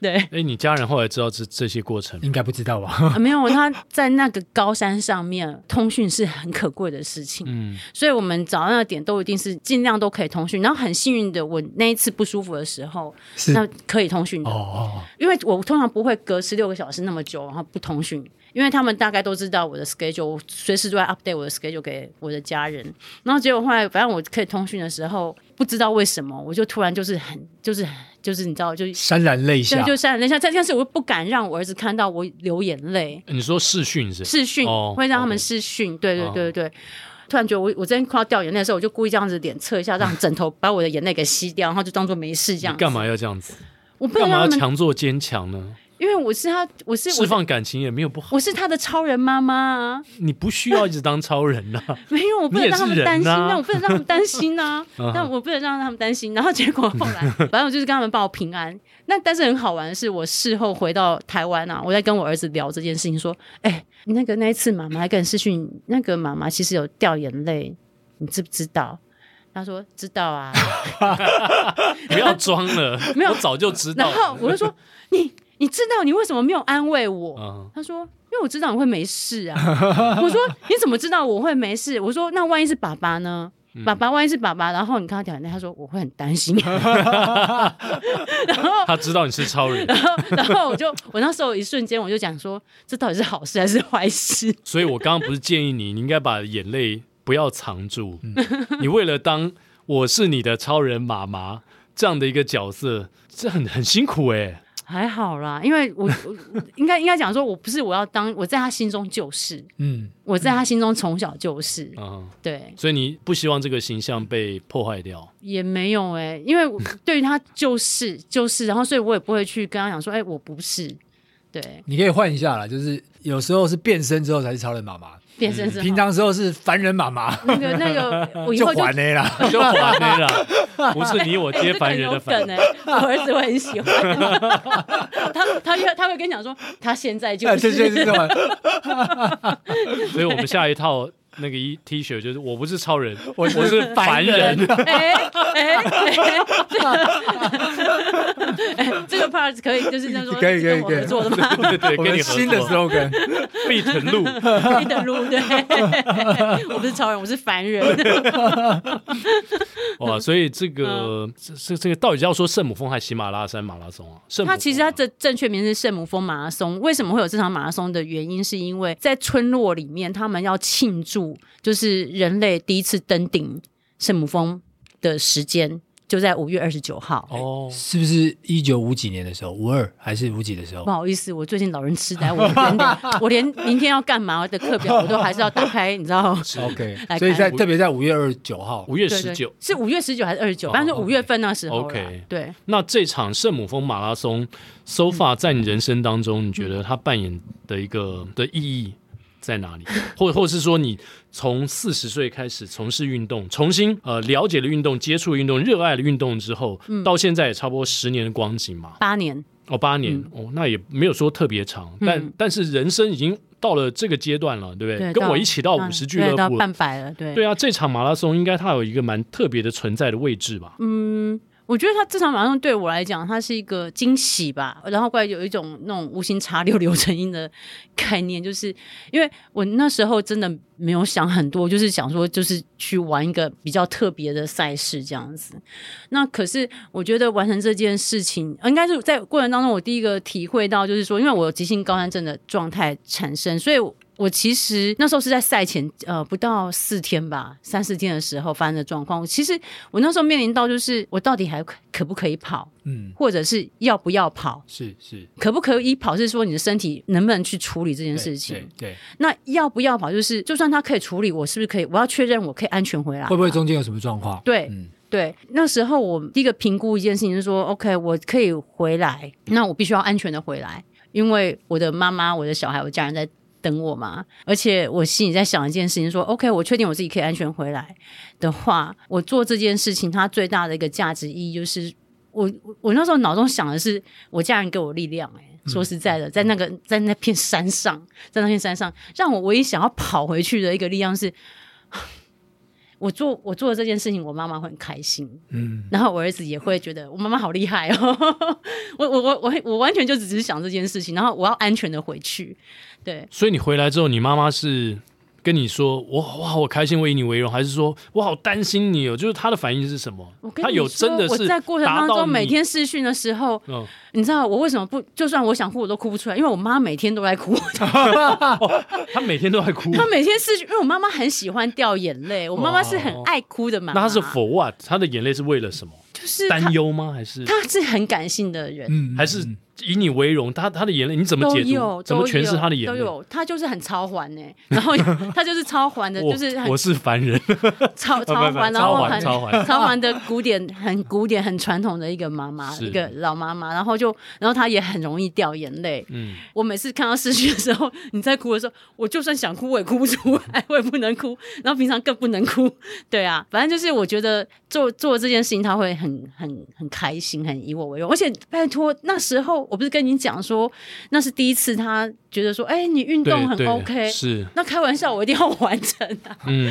Speaker 3: 对、
Speaker 1: 哎，你家人后来知道这这些过程吗，
Speaker 2: 应该不知道吧？
Speaker 3: 啊没有他在那个高山上面通讯是很可贵的事情。
Speaker 1: 嗯，
Speaker 3: 所以我们早上的点都一定是尽量都可以通讯。然后很幸运的，我那一次不舒服的时候，
Speaker 2: 是
Speaker 3: 那可以通讯的，
Speaker 2: 哦哦，
Speaker 3: 因为我通常不会隔十六个小时那么久，然后不通讯。因为他们大概都知道我的 schedule，我随时都在 update 我的 schedule 给我的家人。然后结果后来，反正我可以通讯的时候，不知道为什么，我就突然就是很，就是就是你知道，就
Speaker 2: 潸然泪
Speaker 3: 对，
Speaker 2: 下，
Speaker 3: 就潸然泪下。但但是我又不敢让我儿子看到我流眼泪，
Speaker 1: 你说视讯是不是
Speaker 3: 视讯、
Speaker 1: 哦
Speaker 3: 会让他们
Speaker 1: OK
Speaker 3: 视讯，对对
Speaker 1: 哦
Speaker 3: 对对对。突然觉得我我真快要掉眼泪的时候，我就故意这样子脸侧一下，让枕头把我的眼泪给吸掉，然后就当做没事这样
Speaker 1: 你。干嘛要这样子？
Speaker 3: 我不
Speaker 1: 干
Speaker 3: 能
Speaker 1: 嘛
Speaker 3: 让
Speaker 1: 要
Speaker 3: 他们，
Speaker 1: 强做坚强呢？
Speaker 3: 因为我是他，我是我
Speaker 1: 释
Speaker 3: 是
Speaker 1: 放感情也没有不好，
Speaker 3: 我是他的超人妈妈啊，
Speaker 1: 你不需要一直当超人啊呐、
Speaker 3: 没有，我不能让他
Speaker 1: 你也是
Speaker 3: 们
Speaker 1: 人
Speaker 3: 担心，
Speaker 1: 啊
Speaker 3: 但我不能让他们担心呐、
Speaker 1: 嗯哼
Speaker 3: 但我不能让他们担心。然后结 果后来，反正我就是跟他们报平安。那但是很好玩的是，我事后回到台湾啊，我在跟我儿子聊这件事情，说：“哎、你那个那一次妈妈还跟你视讯，那个妈妈其实有掉眼泪，你知不知道？”他说：“知道啊。”
Speaker 1: 不要装了，
Speaker 3: 没有
Speaker 1: 我早就知
Speaker 3: 然
Speaker 1: 道。
Speaker 3: 后我就说：“你你知道你为什么没有安慰我？”
Speaker 1: 嗯，
Speaker 3: 他说：“因为我知道你会没事啊。” 我说：“你怎么知道我会没事？”我说：“那万一是爸爸呢？”
Speaker 2: 嗯
Speaker 3: 爸爸，万一是爸爸，然后你跟他讲，他说我会很担心，
Speaker 1: 他知道你是超 人，
Speaker 3: 然后然后我就我那时候一瞬间我就讲说，这到底是好事还是坏事？
Speaker 1: 所以我刚刚不是建议你，你应该把眼泪不要藏住。
Speaker 3: 嗯
Speaker 1: 你为了当我是你的超人妈妈这样的一个角色，这很很辛苦哎、
Speaker 3: 还好啦，因为我我我应该应该讲说，我不是我要当，我在他心中就是，
Speaker 2: 嗯，
Speaker 3: 我在他心中从小就是，
Speaker 2: 啊
Speaker 1: 嗯，
Speaker 3: 对，
Speaker 1: 所以你不希望这个形象被破坏掉。
Speaker 3: 也没有哎、因为我对于他就是就是，然后所以我也不会去跟他讲说，哎、我不是，对，
Speaker 2: 你可以换一下啦，就是有时候是变身之后才是超人妈妈，
Speaker 3: 变身之后，
Speaker 2: 嗯平常时候是凡人妈妈，
Speaker 3: 那个 那个，我以
Speaker 2: 就
Speaker 3: 后就
Speaker 2: 还 A 啦。
Speaker 1: 就完美了， 不是你我
Speaker 3: 哎
Speaker 1: 皆
Speaker 3: 这
Speaker 1: 凡
Speaker 3: 个
Speaker 1: 人
Speaker 3: 有
Speaker 1: 的凡
Speaker 3: 梗。哎、我儿子会很喜欢。 他他会他会跟你讲说，他现在就
Speaker 2: 啊，
Speaker 3: 是
Speaker 2: 这这是什 么？
Speaker 1: 所以我们下一套那个一 T 恤就是我不是超人，
Speaker 2: 我
Speaker 1: 我
Speaker 2: 是
Speaker 1: 是凡
Speaker 2: 凡
Speaker 1: 人。
Speaker 3: 哎哎哎，哎这个 part 可以就是这样说，
Speaker 2: 可以可以
Speaker 3: 这个我
Speaker 2: 可以
Speaker 3: 合作的 吗？
Speaker 1: 对对，
Speaker 2: 我
Speaker 1: 跟
Speaker 2: 们
Speaker 1: 你
Speaker 2: 新的
Speaker 1: 合作。
Speaker 2: slogan，
Speaker 1: 必腾路，
Speaker 3: 一等路对， 我不是超人，我是凡人。
Speaker 1: 哇！所以这个
Speaker 3: 嗯
Speaker 1: 这这这个到底要说圣母峰还是喜马拉雅山马拉松啊？圣母
Speaker 3: 它
Speaker 1: 峰
Speaker 3: 其实它的正确名是圣母峰马拉松。为什么会有这场马拉松的原因，是因为在村落里面，他们要庆祝就是人类第一次登顶圣母峰的时间，就在五月二十九号。
Speaker 1: 哦，
Speaker 2: 是不是一九五几年的时候，五二还是五几的时候
Speaker 3: 不？好意思，我最近老人痴呆，我连我连明天要干嘛的课表我都还是要打开，你知道？
Speaker 2: OK，
Speaker 3: 来
Speaker 2: 所以在
Speaker 3: 看
Speaker 2: 特别在五月二十九号，
Speaker 1: 五月
Speaker 3: 对
Speaker 1: 十
Speaker 3: 对
Speaker 1: 九。哦
Speaker 3: 是五月十九还是二十九？反正是五月份那时候啦。
Speaker 1: OK
Speaker 3: 对，
Speaker 1: 那这场圣母峰马拉松，so far 在你人生当中，你觉得它扮演的一个的意义在哪里？ 或或是说，你从四十岁开始从事运动，重新呃了解了运动、接触了运动、热爱了运动之后，
Speaker 3: 嗯
Speaker 1: 到现在也差不多十年的光景嘛？
Speaker 3: 八年。
Speaker 1: 哦，八年、
Speaker 3: 嗯
Speaker 1: 哦，那也没有说特别长，但但是人生已经到了这个阶段了，对不对？
Speaker 3: 对，
Speaker 1: 跟我一起到
Speaker 3: 嗯
Speaker 1: 五十俱
Speaker 3: 对
Speaker 1: 乐
Speaker 3: 到
Speaker 1: 部。
Speaker 3: 半百了。对，
Speaker 1: 对啊，这场马拉松应该它有一个蛮特别的存在的位置吧？
Speaker 3: 我觉得他这场马拉松对我来讲，它是一个惊喜吧，然后过来有一种那种无心插柳柳成荫的概念，就是因为我那时候真的没有想很多，就是想说就是去玩一个比较特别的赛事这样子。那可是我觉得完成这件事情，呃应该是在过程当中，我第一个体会到就是说，因为我有急性高山症的状态产生，所以我。我其实那时候是在赛前，呃，不到四天吧，三四天的时候发生的状况。其实我那时候面临到就是，我到底还可可不可以跑，
Speaker 2: 嗯，
Speaker 3: 或者是要不要跑？
Speaker 2: 是是，
Speaker 3: 可不可以跑是说你的身体能不能去处理这件事情？
Speaker 2: 对，
Speaker 3: 那要不要跑就是，就算它可以处理，我是不是可以？我要确认我可以安全回来，
Speaker 2: 对会不会中间有什么状况？
Speaker 3: 对，
Speaker 2: 嗯
Speaker 3: 对，那时候我第一个评估一件事情是说，OK，我可以回来，那我必须要安全的回来，因为我的妈妈、我的小孩、我家人在等我嘛。而且我心里在想一件事情说，OK，我确定我自己可以安全回来的话，我做这件事情它最大的一个价值意义就是，我我我那时候脑中想的是，我家人给我力量、欸，说实在的，在那个在那片山上，在那片山上，让我唯一想要跑回去的一个力量是，我做我做的这件事情，我妈妈会很开心，
Speaker 2: 嗯，
Speaker 3: 然后我儿子也会觉得我妈妈好厉害哦。 我我我我我完全就只是想这件事情，然后我要安全的回去。对，
Speaker 1: 所以你回来之后，你妈妈是跟你说“我哇，我开心，我以你为荣”，还是说“我好担心你哦”？就是她的反应是什么
Speaker 3: 我？跟
Speaker 1: 她
Speaker 3: 你
Speaker 1: 有
Speaker 3: 说
Speaker 1: 真的是
Speaker 3: 我在过程当
Speaker 1: 达到
Speaker 3: 中
Speaker 1: 你
Speaker 3: 每天试训的时候，
Speaker 1: 嗯，
Speaker 3: 你知道我为什么不？就算我想哭，我都哭不出来，因为我妈每天都 在哭。
Speaker 1: 她每天都在哭。
Speaker 3: 她每天试训，因为我妈妈很喜欢掉眼泪，我妈妈是很爱哭的妈
Speaker 1: 哦那
Speaker 3: 妈。
Speaker 1: 她是 for what？她的眼泪是为了什么？
Speaker 3: 就是她
Speaker 1: 担忧吗？还是
Speaker 3: 她是很感性的人，
Speaker 2: 嗯
Speaker 1: 还是以你为荣，他他的眼泪你怎么
Speaker 3: 都
Speaker 1: 解
Speaker 3: 有
Speaker 1: 读？怎么
Speaker 3: 都
Speaker 1: 诠释
Speaker 3: 有
Speaker 1: 他的眼
Speaker 3: 都
Speaker 1: 泪？我
Speaker 3: 有，他就是很超环呢、然后他就是超环的，就是 很
Speaker 1: 我是凡人，
Speaker 3: 超超
Speaker 1: 不不
Speaker 3: 环，然后
Speaker 1: 超环
Speaker 3: 很
Speaker 1: 超环
Speaker 3: 超环的古典，很古典，很传统的一个妈妈，
Speaker 1: 是
Speaker 3: 一个老妈妈，然后就，然后她也很容易掉眼泪。
Speaker 1: 嗯，
Speaker 3: 我每次看到失去的时候，你在哭的时候，我就算想哭，我也哭不出来，我也不能哭，然后平常更不能哭。 对啊，反正就是我觉得做做这件事情，他会很很很开心，很以我为荣。而且拜托，那时候我不是跟你讲说，那是第一次他觉得说，哎、你运动
Speaker 1: 对
Speaker 3: 很
Speaker 1: 对
Speaker 3: OK，
Speaker 1: 是
Speaker 3: 那开玩笑，我一定要完成啊！
Speaker 1: 嗯，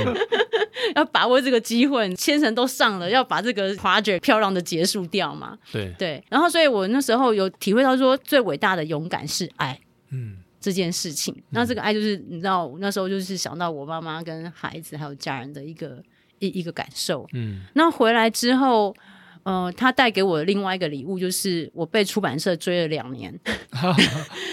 Speaker 3: 要把握这个机会，千层都上了，要把这个 project 漂亮的结束掉嘛。
Speaker 1: 对，
Speaker 3: 对，然后所以我那时候有体会到说，最伟大的勇敢是爱
Speaker 1: 嗯
Speaker 3: 这件事情。那这个爱就是你知道，我那时候就是想到我妈妈跟孩子还有家人的一个一一个感受。
Speaker 1: 嗯
Speaker 3: 那回来之后。呃，他带给我的另外一个礼物就是我被出版社追了 两年，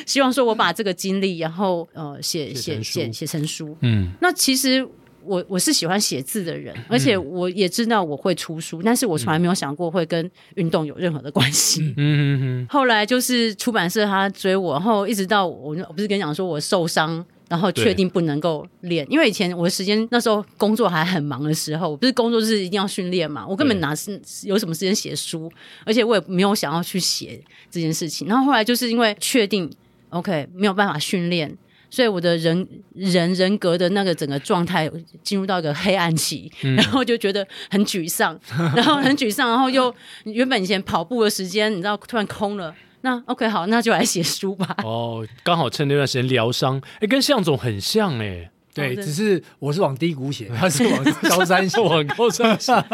Speaker 3: 希望说我把这个经历，然后呃写
Speaker 1: 写
Speaker 3: 写
Speaker 1: 成书
Speaker 3: 写写成书。
Speaker 1: 嗯
Speaker 3: 那其实我我是喜欢写字的人，而
Speaker 1: 嗯
Speaker 3: 且我也知道我会出书，但是我从来没有想过会跟运动有任何的关系。
Speaker 1: 嗯嗯嗯，
Speaker 3: 后来就是出版社他追我，然后一直到我我不是跟你讲说我受伤。然后确
Speaker 1: 对
Speaker 3: 定不能够练，因为以前我的时间那时候工作还很忙的时候，我不是工作就是一定要训练嘛，我根本
Speaker 1: 对
Speaker 3: 哪是有什么时间写书，而且我也没有想要去写这件事情。然后后来就是因为确定 OK 没有办法训练，所以我的人人人格的那个整个状态进入到一个黑暗期，
Speaker 2: 嗯
Speaker 3: 然后就觉得很 沮丧，然后很沮丧，然后又原本以前跑步的时间，你知道突然空了，那 OK 好，那就来写书吧。
Speaker 1: 哦，刚好趁那段时间疗伤，哎，跟向总很像哎，
Speaker 2: 对，
Speaker 3: 真的
Speaker 2: 只是我是往低谷写，他是往高山写。
Speaker 1: 我高山 上，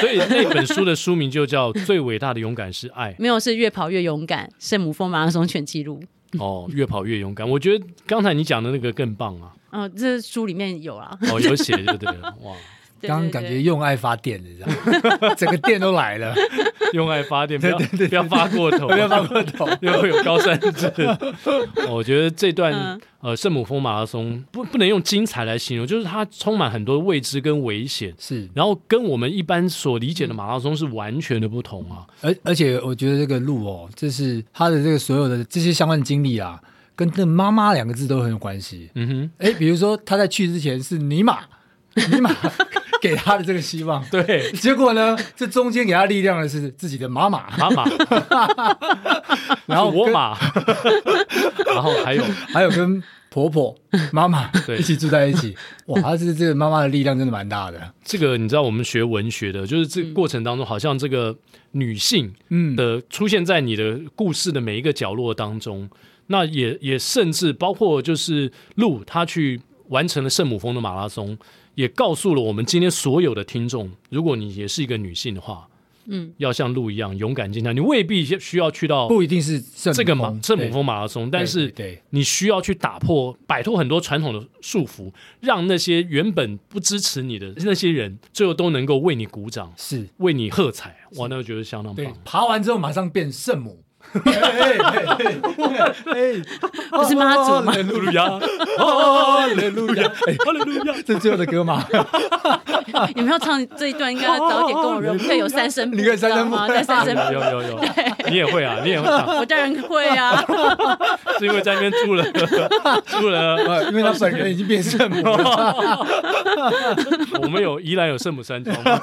Speaker 1: 所以那本书的书名就叫《最伟大的勇敢是爱》。
Speaker 3: 没有，是越跑越勇敢，圣母峰马拉松全记录。
Speaker 1: 哦，越跑越勇敢。我觉得刚才你讲的那个更棒啊！
Speaker 3: 嗯、这书里面有啊。
Speaker 1: 哦，有写就对 了，哇，
Speaker 3: 对
Speaker 2: 刚刚
Speaker 3: 对
Speaker 2: 感
Speaker 3: 对
Speaker 2: 觉用爱发电了，这样 整个电都来了，
Speaker 1: 用爱发电，不要不要发过头，啊
Speaker 2: 不要翻过头。
Speaker 1: 又会有高山症。哦我觉得这段、
Speaker 3: 嗯
Speaker 1: 呃圣母峰马拉松不不能用精彩来形容，就是它充满很多未知跟危险，
Speaker 2: 是，
Speaker 1: 然后跟我们一般所理解的马拉松是完全的不同啊。
Speaker 2: 而而且我觉得这个路哦，这是他的这个所有的这些相关的经历啊，跟这“妈妈”两个字都很有关系。
Speaker 1: 嗯哼，
Speaker 2: 哎，比如说他在去之前是尼玛，尼玛 给他的这个希望，
Speaker 1: 对，
Speaker 2: 结果呢，这中间给他力量的是自己的 妈妈，
Speaker 1: 妈妈，
Speaker 2: 然后
Speaker 1: 我
Speaker 2: 跟
Speaker 1: 马，然后还有
Speaker 2: 还有跟婆婆、妈妈
Speaker 1: 对
Speaker 2: 一起住在一起，哇，他是这个妈妈的力量真的蛮大的。
Speaker 1: 这个，你知道我们学文学的，就是这个过程当中，好像这个女性
Speaker 2: 嗯，
Speaker 1: 的出现在你的故事的每一个角落当中。那也也甚至包括就是路，他去完成了圣母峰的马拉松，也告诉了我们今天所有的听众，如果你也是一个女性的话，
Speaker 3: 嗯，
Speaker 1: 要像路一样勇敢坚强，你未必需要去到
Speaker 2: 不一定是圣母
Speaker 1: 这个马
Speaker 2: 峰
Speaker 1: 圣母
Speaker 2: 对
Speaker 1: 峰马拉松，
Speaker 2: 对
Speaker 1: 但是
Speaker 2: 对对
Speaker 1: 你需要去打破、摆脱很多传统的束缚，让那些原本不支持你的那些人，最后都能够为你鼓掌、
Speaker 2: 是，
Speaker 1: 为你喝彩。哇，那我觉得相当
Speaker 2: 对
Speaker 1: 棒。，
Speaker 2: 爬完之后马上变 圣母。哎哎哎
Speaker 3: 不是妈祖吗
Speaker 2: 哈
Speaker 1: 哈利路亚，
Speaker 2: 哦利 路亚！哎，
Speaker 1: 哈利路亚。
Speaker 2: 这最后的歌嘛，
Speaker 3: 你们要唱这一段，应该要早点跟我融配，有三声部，
Speaker 2: 哦 你可以三声
Speaker 3: 知
Speaker 2: 部
Speaker 3: 道吗？在三声部，
Speaker 1: 有有有，你也会啊，你也会唱，
Speaker 3: 我当然会 啊。
Speaker 1: 是因为在那边住了 住了。
Speaker 2: 呃因为他本人已经变圣母
Speaker 1: 哦
Speaker 2: 了。
Speaker 1: 我们有宜兰有圣母山庄吗，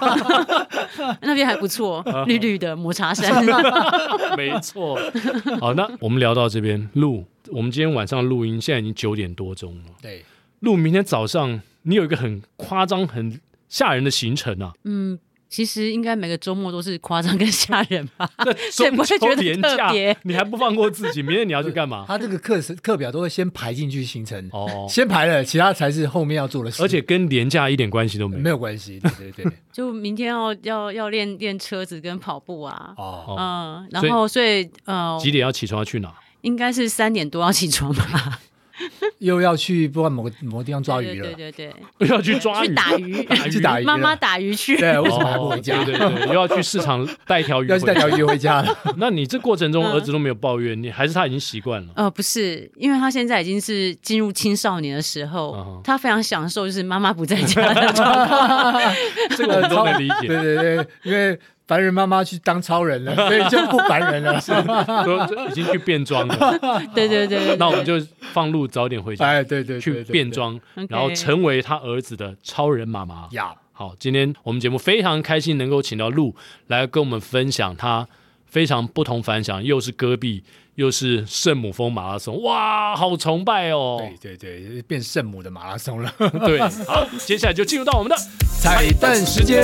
Speaker 3: 那边还不错，绿绿的抹茶山。
Speaker 1: 没错。好，那我们聊到这边录，我们今天晚上录音，现在已经九点多钟了。
Speaker 2: 对，
Speaker 1: 录明天早上你有一个很夸张、很吓人的行程啊，
Speaker 3: 嗯，其实应该每个周末都是夸张跟吓人吧。
Speaker 1: 那
Speaker 3: 谁不
Speaker 1: 中
Speaker 3: 会
Speaker 1: 秋
Speaker 3: 觉得
Speaker 1: 连
Speaker 3: 特
Speaker 1: 假
Speaker 3: 别
Speaker 1: 你还不放过自己，明天你要去干 嘛？
Speaker 2: 他这个课时课表都会先排进去行程，
Speaker 1: 啊哦，
Speaker 2: 先排了，其他才是后面要做的事。
Speaker 1: 而且跟廉价一点关系都没有
Speaker 2: 没。有关系，对 对对，
Speaker 3: 就明天要要要练练车子跟跑步啊。
Speaker 2: 哦，
Speaker 1: 哦
Speaker 3: 嗯，然
Speaker 1: 所以
Speaker 3: 后所以呃，
Speaker 1: 几点要起床？要去哪？
Speaker 3: 应该是三点多要起床吧？
Speaker 2: 又要去不管某个某个地方抓
Speaker 3: 对
Speaker 2: 鱼了，
Speaker 3: 对对对
Speaker 1: 要去 抓
Speaker 3: 对，
Speaker 1: 鱼啊
Speaker 3: 去？打 鱼，
Speaker 1: 打鱼
Speaker 2: 去打鱼了，
Speaker 3: 妈妈打鱼 去。
Speaker 2: 对，为什么还不
Speaker 1: 哦
Speaker 2: 回家？
Speaker 1: 对对对，又要去市场带条鱼
Speaker 2: 要
Speaker 1: 回
Speaker 2: 去带条
Speaker 1: 家。
Speaker 2: 鱼回家了，
Speaker 1: 那你这过程中
Speaker 3: 嗯
Speaker 1: 儿子都没有抱怨，你还是他已经习惯 了。
Speaker 3: 呃，不是，因为他现在已经是进入青少年的时候，
Speaker 1: 嗯哼
Speaker 3: 他非常享受就是妈妈不在家的状态。
Speaker 1: 这个我们都能理解。
Speaker 2: 对对对，因为凡人妈妈去当超 人了，所以就不凡人了。
Speaker 1: 说这已经去变装 了，
Speaker 3: 对对对对，
Speaker 1: 那我们就放路早点回家，
Speaker 2: 哎，对对，对
Speaker 1: 去变，装，
Speaker 3: OK
Speaker 1: 然后成为他儿子的超人妈妈
Speaker 2: 对对。呀，
Speaker 1: 好，今天我们节目非常开心能够请到陆来跟我们分享他非常不同凡响，又是戈壁，又是圣母峰马拉松，哇，好崇拜哦！
Speaker 2: 对对对，变圣母的马拉松了。
Speaker 1: 对，好，接下来就进入到我们的
Speaker 2: 彩蛋时间，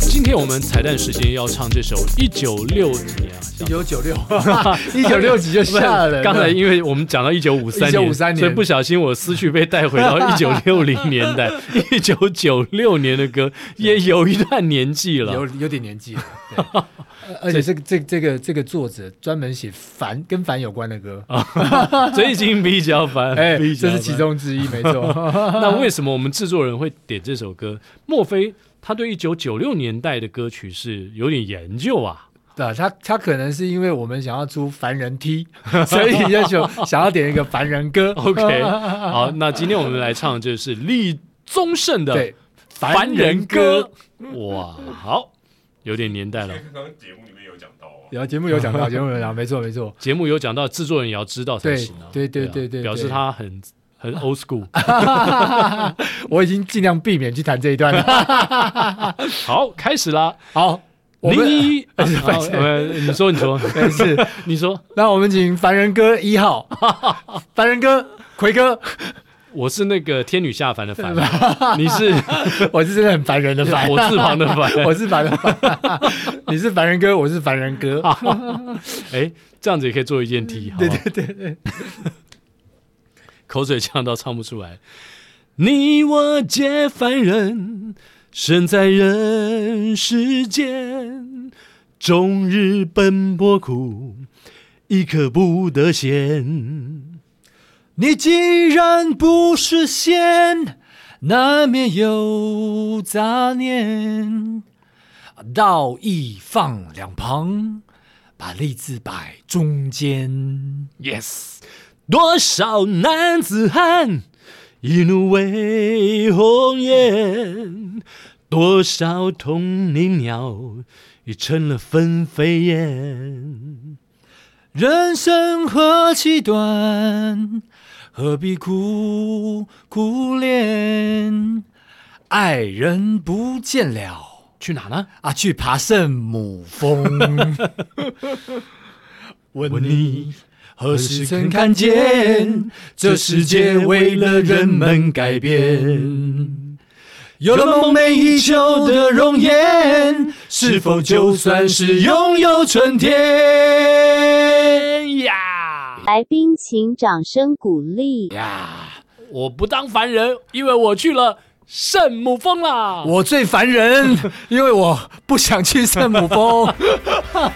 Speaker 1: 今天我们彩蛋时间要唱这首一九六几年啊，
Speaker 2: 一
Speaker 1: 像
Speaker 2: 九九 六，一九六几就下了。
Speaker 1: 刚才因为我们讲到一九五三年，
Speaker 2: 1953年
Speaker 1: 所以不小心我思绪被带回 到一九六零年代，一九九六年的歌也有一段年纪
Speaker 2: 有
Speaker 1: 了。
Speaker 2: 有点年纪了，对 呃而且这个这个这个这个作者专门写凡跟凡有关的歌，
Speaker 1: 最近比较烦，
Speaker 2: 哎，
Speaker 1: 比较
Speaker 2: 这
Speaker 1: 烦
Speaker 2: 是其。中之一，没错。
Speaker 1: 那为什么我们制作人会点这首歌？莫非他对一九九六年代的歌曲是有点研究 啊？
Speaker 2: 对啊，他他可能是因为我们想要出凡人 T，所 以要求想要点一个凡人歌。
Speaker 1: OK，好， 那今天我们来唱的就是李宗盛的《
Speaker 2: 对，
Speaker 1: 凡人歌》。哇，好，有点年代了。
Speaker 4: 刚刚节目里面有讲到啊，
Speaker 2: 然后节目有讲到，节目有讲到，没错没错。
Speaker 1: 节目有讲到，制作人也要知道才行啊。
Speaker 2: 对对
Speaker 1: 啊
Speaker 2: 对对对
Speaker 1: 表示他很很 old school。
Speaker 2: 我已经尽量避免去谈这一 段了。
Speaker 1: 好，开始啦。
Speaker 2: 好，我们
Speaker 1: 零一，啊
Speaker 2: 抱歉
Speaker 1: 呃你说你 说，
Speaker 2: 没事。
Speaker 1: 你说，
Speaker 2: 那我们请凡人歌一号， 凡人歌奎哥，
Speaker 1: 我是那个天女下凡的凡，啊你是
Speaker 2: 我是真的很烦人的烦，
Speaker 1: 火字旁的凡。
Speaker 2: 我是凡人，你是凡人哥，我是凡 人哥。
Speaker 1: 哎，这样子也可以做一件题，对对对 口水呛到唱不出来。你我皆凡人，身在人世间，终日奔波苦，一刻不得闲。
Speaker 2: 你既然不是仙，难免有杂念。道义放两旁，把利字摆中间。
Speaker 1: Yes，多少男子汉一怒为红颜，多少同林鸟已成了纷飞燕。
Speaker 2: 人生何其短，何必苦苦恋？爱人不见了。
Speaker 1: 去哪呢？
Speaker 2: 啊，去爬圣母 峰。问你何时曾看见这世界为了人们改变？有了梦寐以求的容颜，是否就算是拥有春天呀？
Speaker 5: 来宾请掌声鼓励。
Speaker 1: 我不当凡人，因为我去了圣母峰啦。
Speaker 2: 我最烦 人，因为我不想去圣母峰。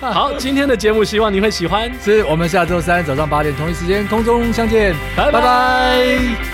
Speaker 1: 好，今天的节目希望你会喜欢。
Speaker 2: 所以我们下周三早上八点同一时间空中相见，
Speaker 1: 拜拜
Speaker 2: 拜拜